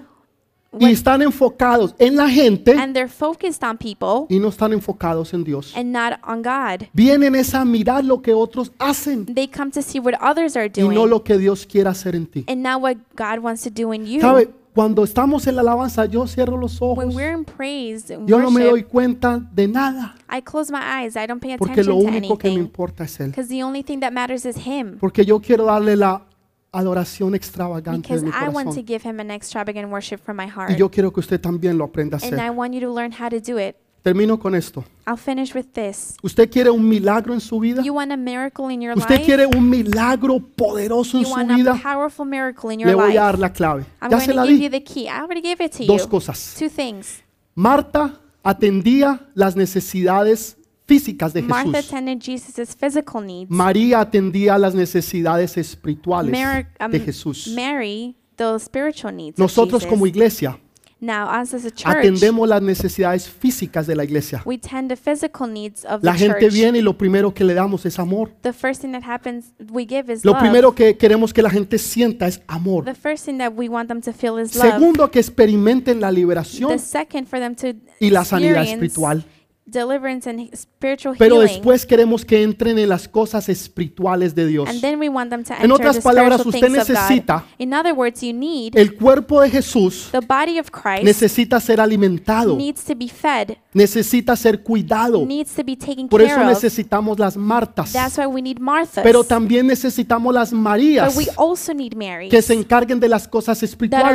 S1: y
S2: what-
S1: están enfocados en la gente
S2: and they're focused on people
S1: y no están enfocados en Dios.
S2: and not on God.
S1: Vienen es a mirar lo que otros hacen
S2: They come to see what others are
S1: y
S2: doing,
S1: no lo que Dios quiere hacer en ti.
S2: and not what God wants to do in you.
S1: ¿Sabe? Cuando estamos en la alabanza, yo cierro los
S2: When
S1: ojos,
S2: we're in praise, and
S1: yo no me doy
S2: worship,
S1: cuenta de nada,
S2: I close my eyes. I don't pay
S1: porque
S2: attention
S1: lo
S2: to
S1: único que me
S2: anything,
S1: importa es Él.
S2: because the only thing that matters is Him.
S1: Porque yo quiero darle la adoración extravagante de
S2: Because
S1: mi
S2: I want to
S1: corazón.
S2: give Him an extravagant worship from my heart,
S1: Y yo quiero que usted también lo aprenda a
S2: and I
S1: hacer.
S2: want you to learn how to do it.
S1: Termino con esto.
S2: I'll finish with this.
S1: ¿Usted quiere un milagro en su vida?
S2: You want a miracle in your
S1: ¿Usted
S2: life?
S1: quiere un milagro poderoso en
S2: You
S1: su
S2: want a
S1: vida?
S2: powerful miracle in your
S1: Le voy a
S2: life.
S1: dar la clave. Ya
S2: I'm going
S1: se la
S2: to give you
S1: di.
S2: the key. I already gave it to
S1: Dos
S2: you.
S1: cosas.
S2: Two things.
S1: Marta atendía las necesidades físicas de
S2: Martha
S1: Jesús.
S2: attended Jesus' physical needs.
S1: María atendía las necesidades espirituales
S2: Mar- um,
S1: de Jesús.
S2: Mary, the spiritual needs. of
S1: Nosotros
S2: Jesus.
S1: como iglesia
S2: Now, us as a church,
S1: Atendemos las necesidades físicas de la iglesia.
S2: we tend to physical needs of
S1: La
S2: the
S1: gente
S2: church.
S1: viene y lo primero que le damos es amor.
S2: The first thing that happens, we give is
S1: Lo
S2: love.
S1: primero que queremos que la gente sienta es amor.
S2: the first thing that we want them to feel is love.
S1: Segundo, que experimenten la liberación
S2: the second for them to
S1: y la sanidad
S2: experience
S1: espiritual.
S2: deliverance and he- spiritual
S1: Pero
S2: healing.
S1: después queremos que entren en las cosas espirituales de Dios.
S2: and then we want them to
S1: En
S2: enter
S1: otras
S2: the
S1: palabras,
S2: spiritual
S1: usted
S2: things of God.
S1: necesita-
S2: In other words, you need
S1: El cuerpo de Jesús
S2: the body of Christ
S1: necesita ser alimentado,
S2: needs to be fed,
S1: necesita ser cuidado.
S2: needs to be taken
S1: Por eso
S2: care of.
S1: necesitamos las Martas,
S2: That's why we need Martha.
S1: pero también necesitamos las
S2: but
S1: Marías
S2: we also need Mary
S1: que se encarguen de las cosas
S2: that are in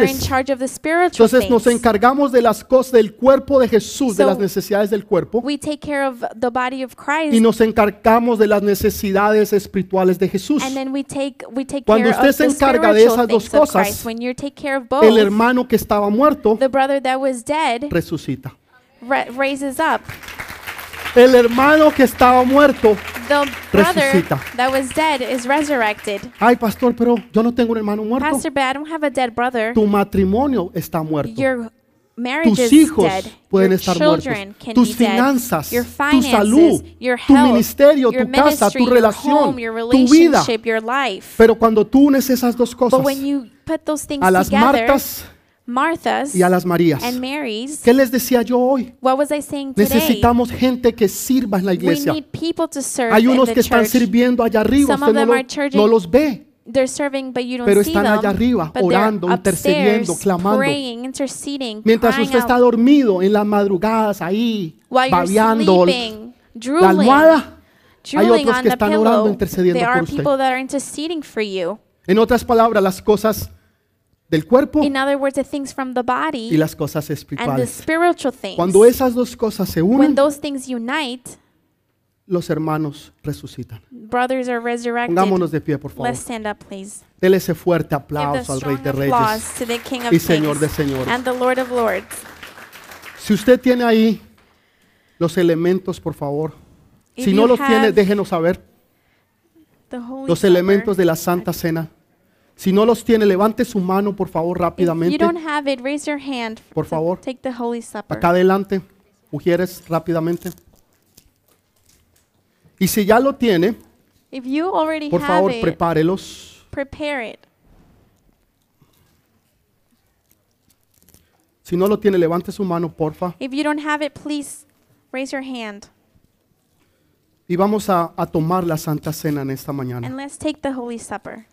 S1: espirituales.
S2: charge of the spiritual
S1: Entonces nos
S2: things.
S1: encargamos de las cosas del cuerpo de Jesús, de
S2: So,
S1: las necesidades del cuerpo,
S2: We take care of the body of Christ
S1: y nos encargamos de las necesidades espirituales de Jesús.
S2: and then we take we take
S1: Cuando
S2: care
S1: usted
S2: of
S1: se
S2: the
S1: encarga
S2: spiritual
S1: de esas dos
S2: things of
S1: cosas,
S2: Christ. When you take care of both,
S1: El hermano que estaba muerto
S2: the brother that was dead
S1: resucita.
S2: ra- raises up.
S1: El hermano que estaba muerto,
S2: The brother
S1: Resucita.
S2: that was dead is resurrected.
S1: ay pastor, pero yo no tengo un hermano muerto.
S2: Pastor, but I don't have a dead brother.
S1: Tu matrimonio está muerto.
S2: Your marriage
S1: Tus
S2: is
S1: hijos
S2: dead.
S1: pueden
S2: your
S1: estar muertos.
S2: children can
S1: Tus
S2: be dead.
S1: finanzas,
S2: your
S1: tu
S2: finances,
S1: salud,
S2: your
S1: tu
S2: health,
S1: ministerio,
S2: your
S1: tu casa,
S2: ministry,
S1: tu
S2: your
S1: relación,
S2: home, your
S1: tu vida.
S2: relationship, your life.
S1: Pero cuando tú unes esas dos cosas,
S2: but when you put those things
S1: a las
S2: together,
S1: Martas
S2: Marthas
S1: y a las Marías,
S2: and Marys,
S1: ¿qué les decía yo hoy?
S2: what was I saying today?
S1: Necesitamos gente que sirva en la
S2: We
S1: iglesia.
S2: need people to serve
S1: Hay
S2: in
S1: unos
S2: the
S1: que están
S2: church.
S1: sirviendo allá arriba,
S2: Some
S1: usted
S2: of
S1: no,
S2: them
S1: lo-
S2: are churching-
S1: no los ve.
S2: They're serving, but you don't
S1: Pero
S2: see
S1: están
S2: them.
S1: allá arriba,
S2: but they're
S1: orando,
S2: upstairs,
S1: intercediendo, clamando.
S2: praying, interceding,
S1: Mientras
S2: crying
S1: usted está
S2: out.
S1: dormido en las madrugadas ahí,
S2: While
S1: babeando
S2: you're sleeping,
S1: la
S2: drooling,
S1: almohada.
S2: drooling
S1: otros que
S2: on the
S1: están
S2: pillow,
S1: orando, intercediendo
S2: there
S1: por
S2: are
S1: usted.
S2: people that are interceding for you.
S1: En otras palabras, las cosas del cuerpo
S2: In other words, the things from the
S1: Oh. y
S2: body
S1: las cosas
S2: and the
S1: espirituales.
S2: spiritual things.
S1: Cuando esas dos cosas se
S2: when
S1: unen,
S2: those things unite,
S1: los hermanos resucitan.
S2: brothers are resurrected.
S1: Pongámonos de pie, por favor.
S2: Let's stand up, please.
S1: Dele ese fuerte
S2: Give the
S1: aplauso al Rey
S2: strong
S1: de Reyes.
S2: applause to the King of
S1: y Señor de
S2: Kings
S1: señores.
S2: and the Lord of Lords.
S1: Si usted tiene ahí los elementos, por favor.
S2: If
S1: Si no
S2: you
S1: los tiene,
S2: have
S1: déjenos saber.
S2: the Holy
S1: Los
S2: Supper.
S1: elementos de la Santa Cena. Si no los tiene, levante su mano, por favor,
S2: If you
S1: rápidamente.
S2: don't have it, raise your hand. f-
S1: Por
S2: to
S1: favor.
S2: Take the Holy Supper.
S1: Acá adelante, mujeres, rápidamente. Y si ya lo tiene,
S2: If you already
S1: por
S2: have
S1: favor,
S2: it,
S1: prepárelos.
S2: prepare it.
S1: Si no lo tiene, levante su mano, porfa.
S2: If you don't have it, please raise your hand.
S1: Y vamos a, a tomar la Santa Cena en esta
S2: And
S1: mañana.
S2: let's take the Holy Supper.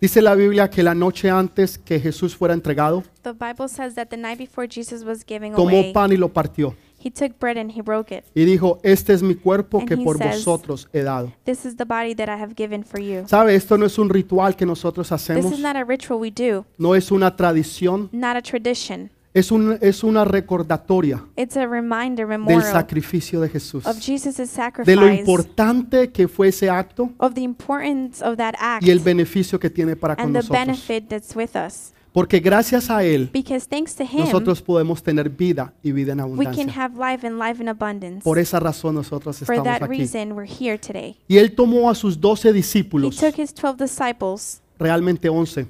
S1: Dice la Biblia que la noche antes que Jesús fuera entregado,
S2: The Bible says that the night before Jesus was giving
S1: tomó
S2: away,
S1: pan y lo partió.
S2: he took bread and he broke it.
S1: Y dijo, este es mi cuerpo
S2: And
S1: que
S2: he
S1: por
S2: says-
S1: vosotros he dado.
S2: This is the body that I have given for you.
S1: ¿Sabe? Esto no es un ritual que nosotros
S2: This
S1: hacemos,
S2: is not a ritual we do,
S1: no es una tradición,
S2: not a tradition.
S1: es, un, es una recordatoria
S2: It's a reminder,
S1: del
S2: memorial
S1: sacrificio de Jesús,
S2: of Jesus'
S1: de lo
S2: sacrifice,
S1: importante que fue ese acto
S2: of the importance of that act,
S1: y el beneficio que tiene para con
S2: and the
S1: nosotros.
S2: benefit that's with us.
S1: Porque gracias a Él
S2: Because thanks to Him,
S1: nosotros podemos tener vida y vida en
S2: we can
S1: abundancia.
S2: have life and life in abundance.
S1: Por esa razón nosotros
S2: For
S1: estamos
S2: that
S1: aquí.
S2: reason, we're here today.
S1: Y Él tomó a sus doce
S2: He
S1: discípulos,
S2: took his 12 disciples,
S1: realmente once,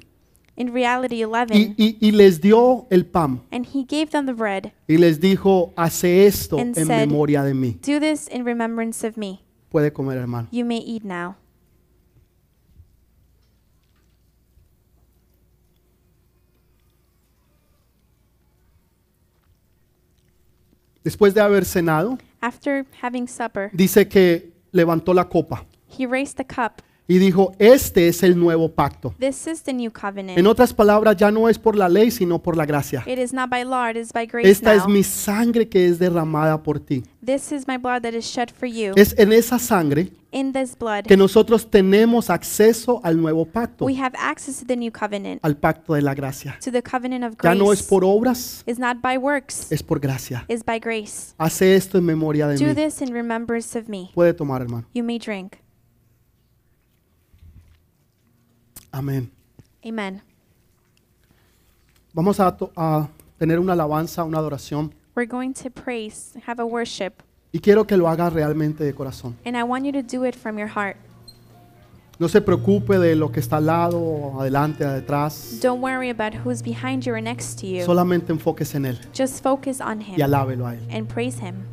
S2: in reality
S1: y,
S2: 11,
S1: y- y les dio el pan.
S2: and he gave them the bread.
S1: Y les dijo, hace esto
S2: And
S1: en
S2: said,
S1: memoria de mí.
S2: Do this in remembrance of me.
S1: Puede comer, hermano.
S2: You may eat now.
S1: Después de haber cenado,
S2: After having supper,
S1: dice que levantó la copa
S2: he raised the cup.
S1: y dijo, este es el nuevo pacto.
S2: This is the new
S1: En
S2: covenant.
S1: otras palabras, ya no es por la ley, sino por la gracia.
S2: It is not by law, it is by grace
S1: Esta es
S2: now.
S1: mi sangre que es derramada por ti.
S2: This is my blood that is shed for you.
S1: Es en esa sangre
S2: In this blood,
S1: que nosotros tenemos acceso al nuevo pacto,
S2: we have access to the new covenant,
S1: al pacto de la gracia.
S2: to the covenant of
S1: Ya no es
S2: grace.
S1: por obras,
S2: It's not by works,
S1: es por gracia.
S2: it's by grace.
S1: Hace esto en memoria de
S2: Do
S1: mí.
S2: this in remembrance of me.
S1: Puede tomar, hermano.
S2: You may drink.
S1: Amén.
S2: Amen.
S1: Vamos a, to- a tener una alabanza, una adoración.
S2: We're going to praise, have a worship.
S1: Y quiero que lo haga realmente de corazón.
S2: And I want you to do it from your heart.
S1: No se preocupe de lo que está al lado, adelante, detrás.
S2: Don't worry about who's behind you or next to you.
S1: Solamente enfóquese en Él
S2: Just focus on
S1: y
S2: Him
S1: alábelo a Él.
S2: and praise Him.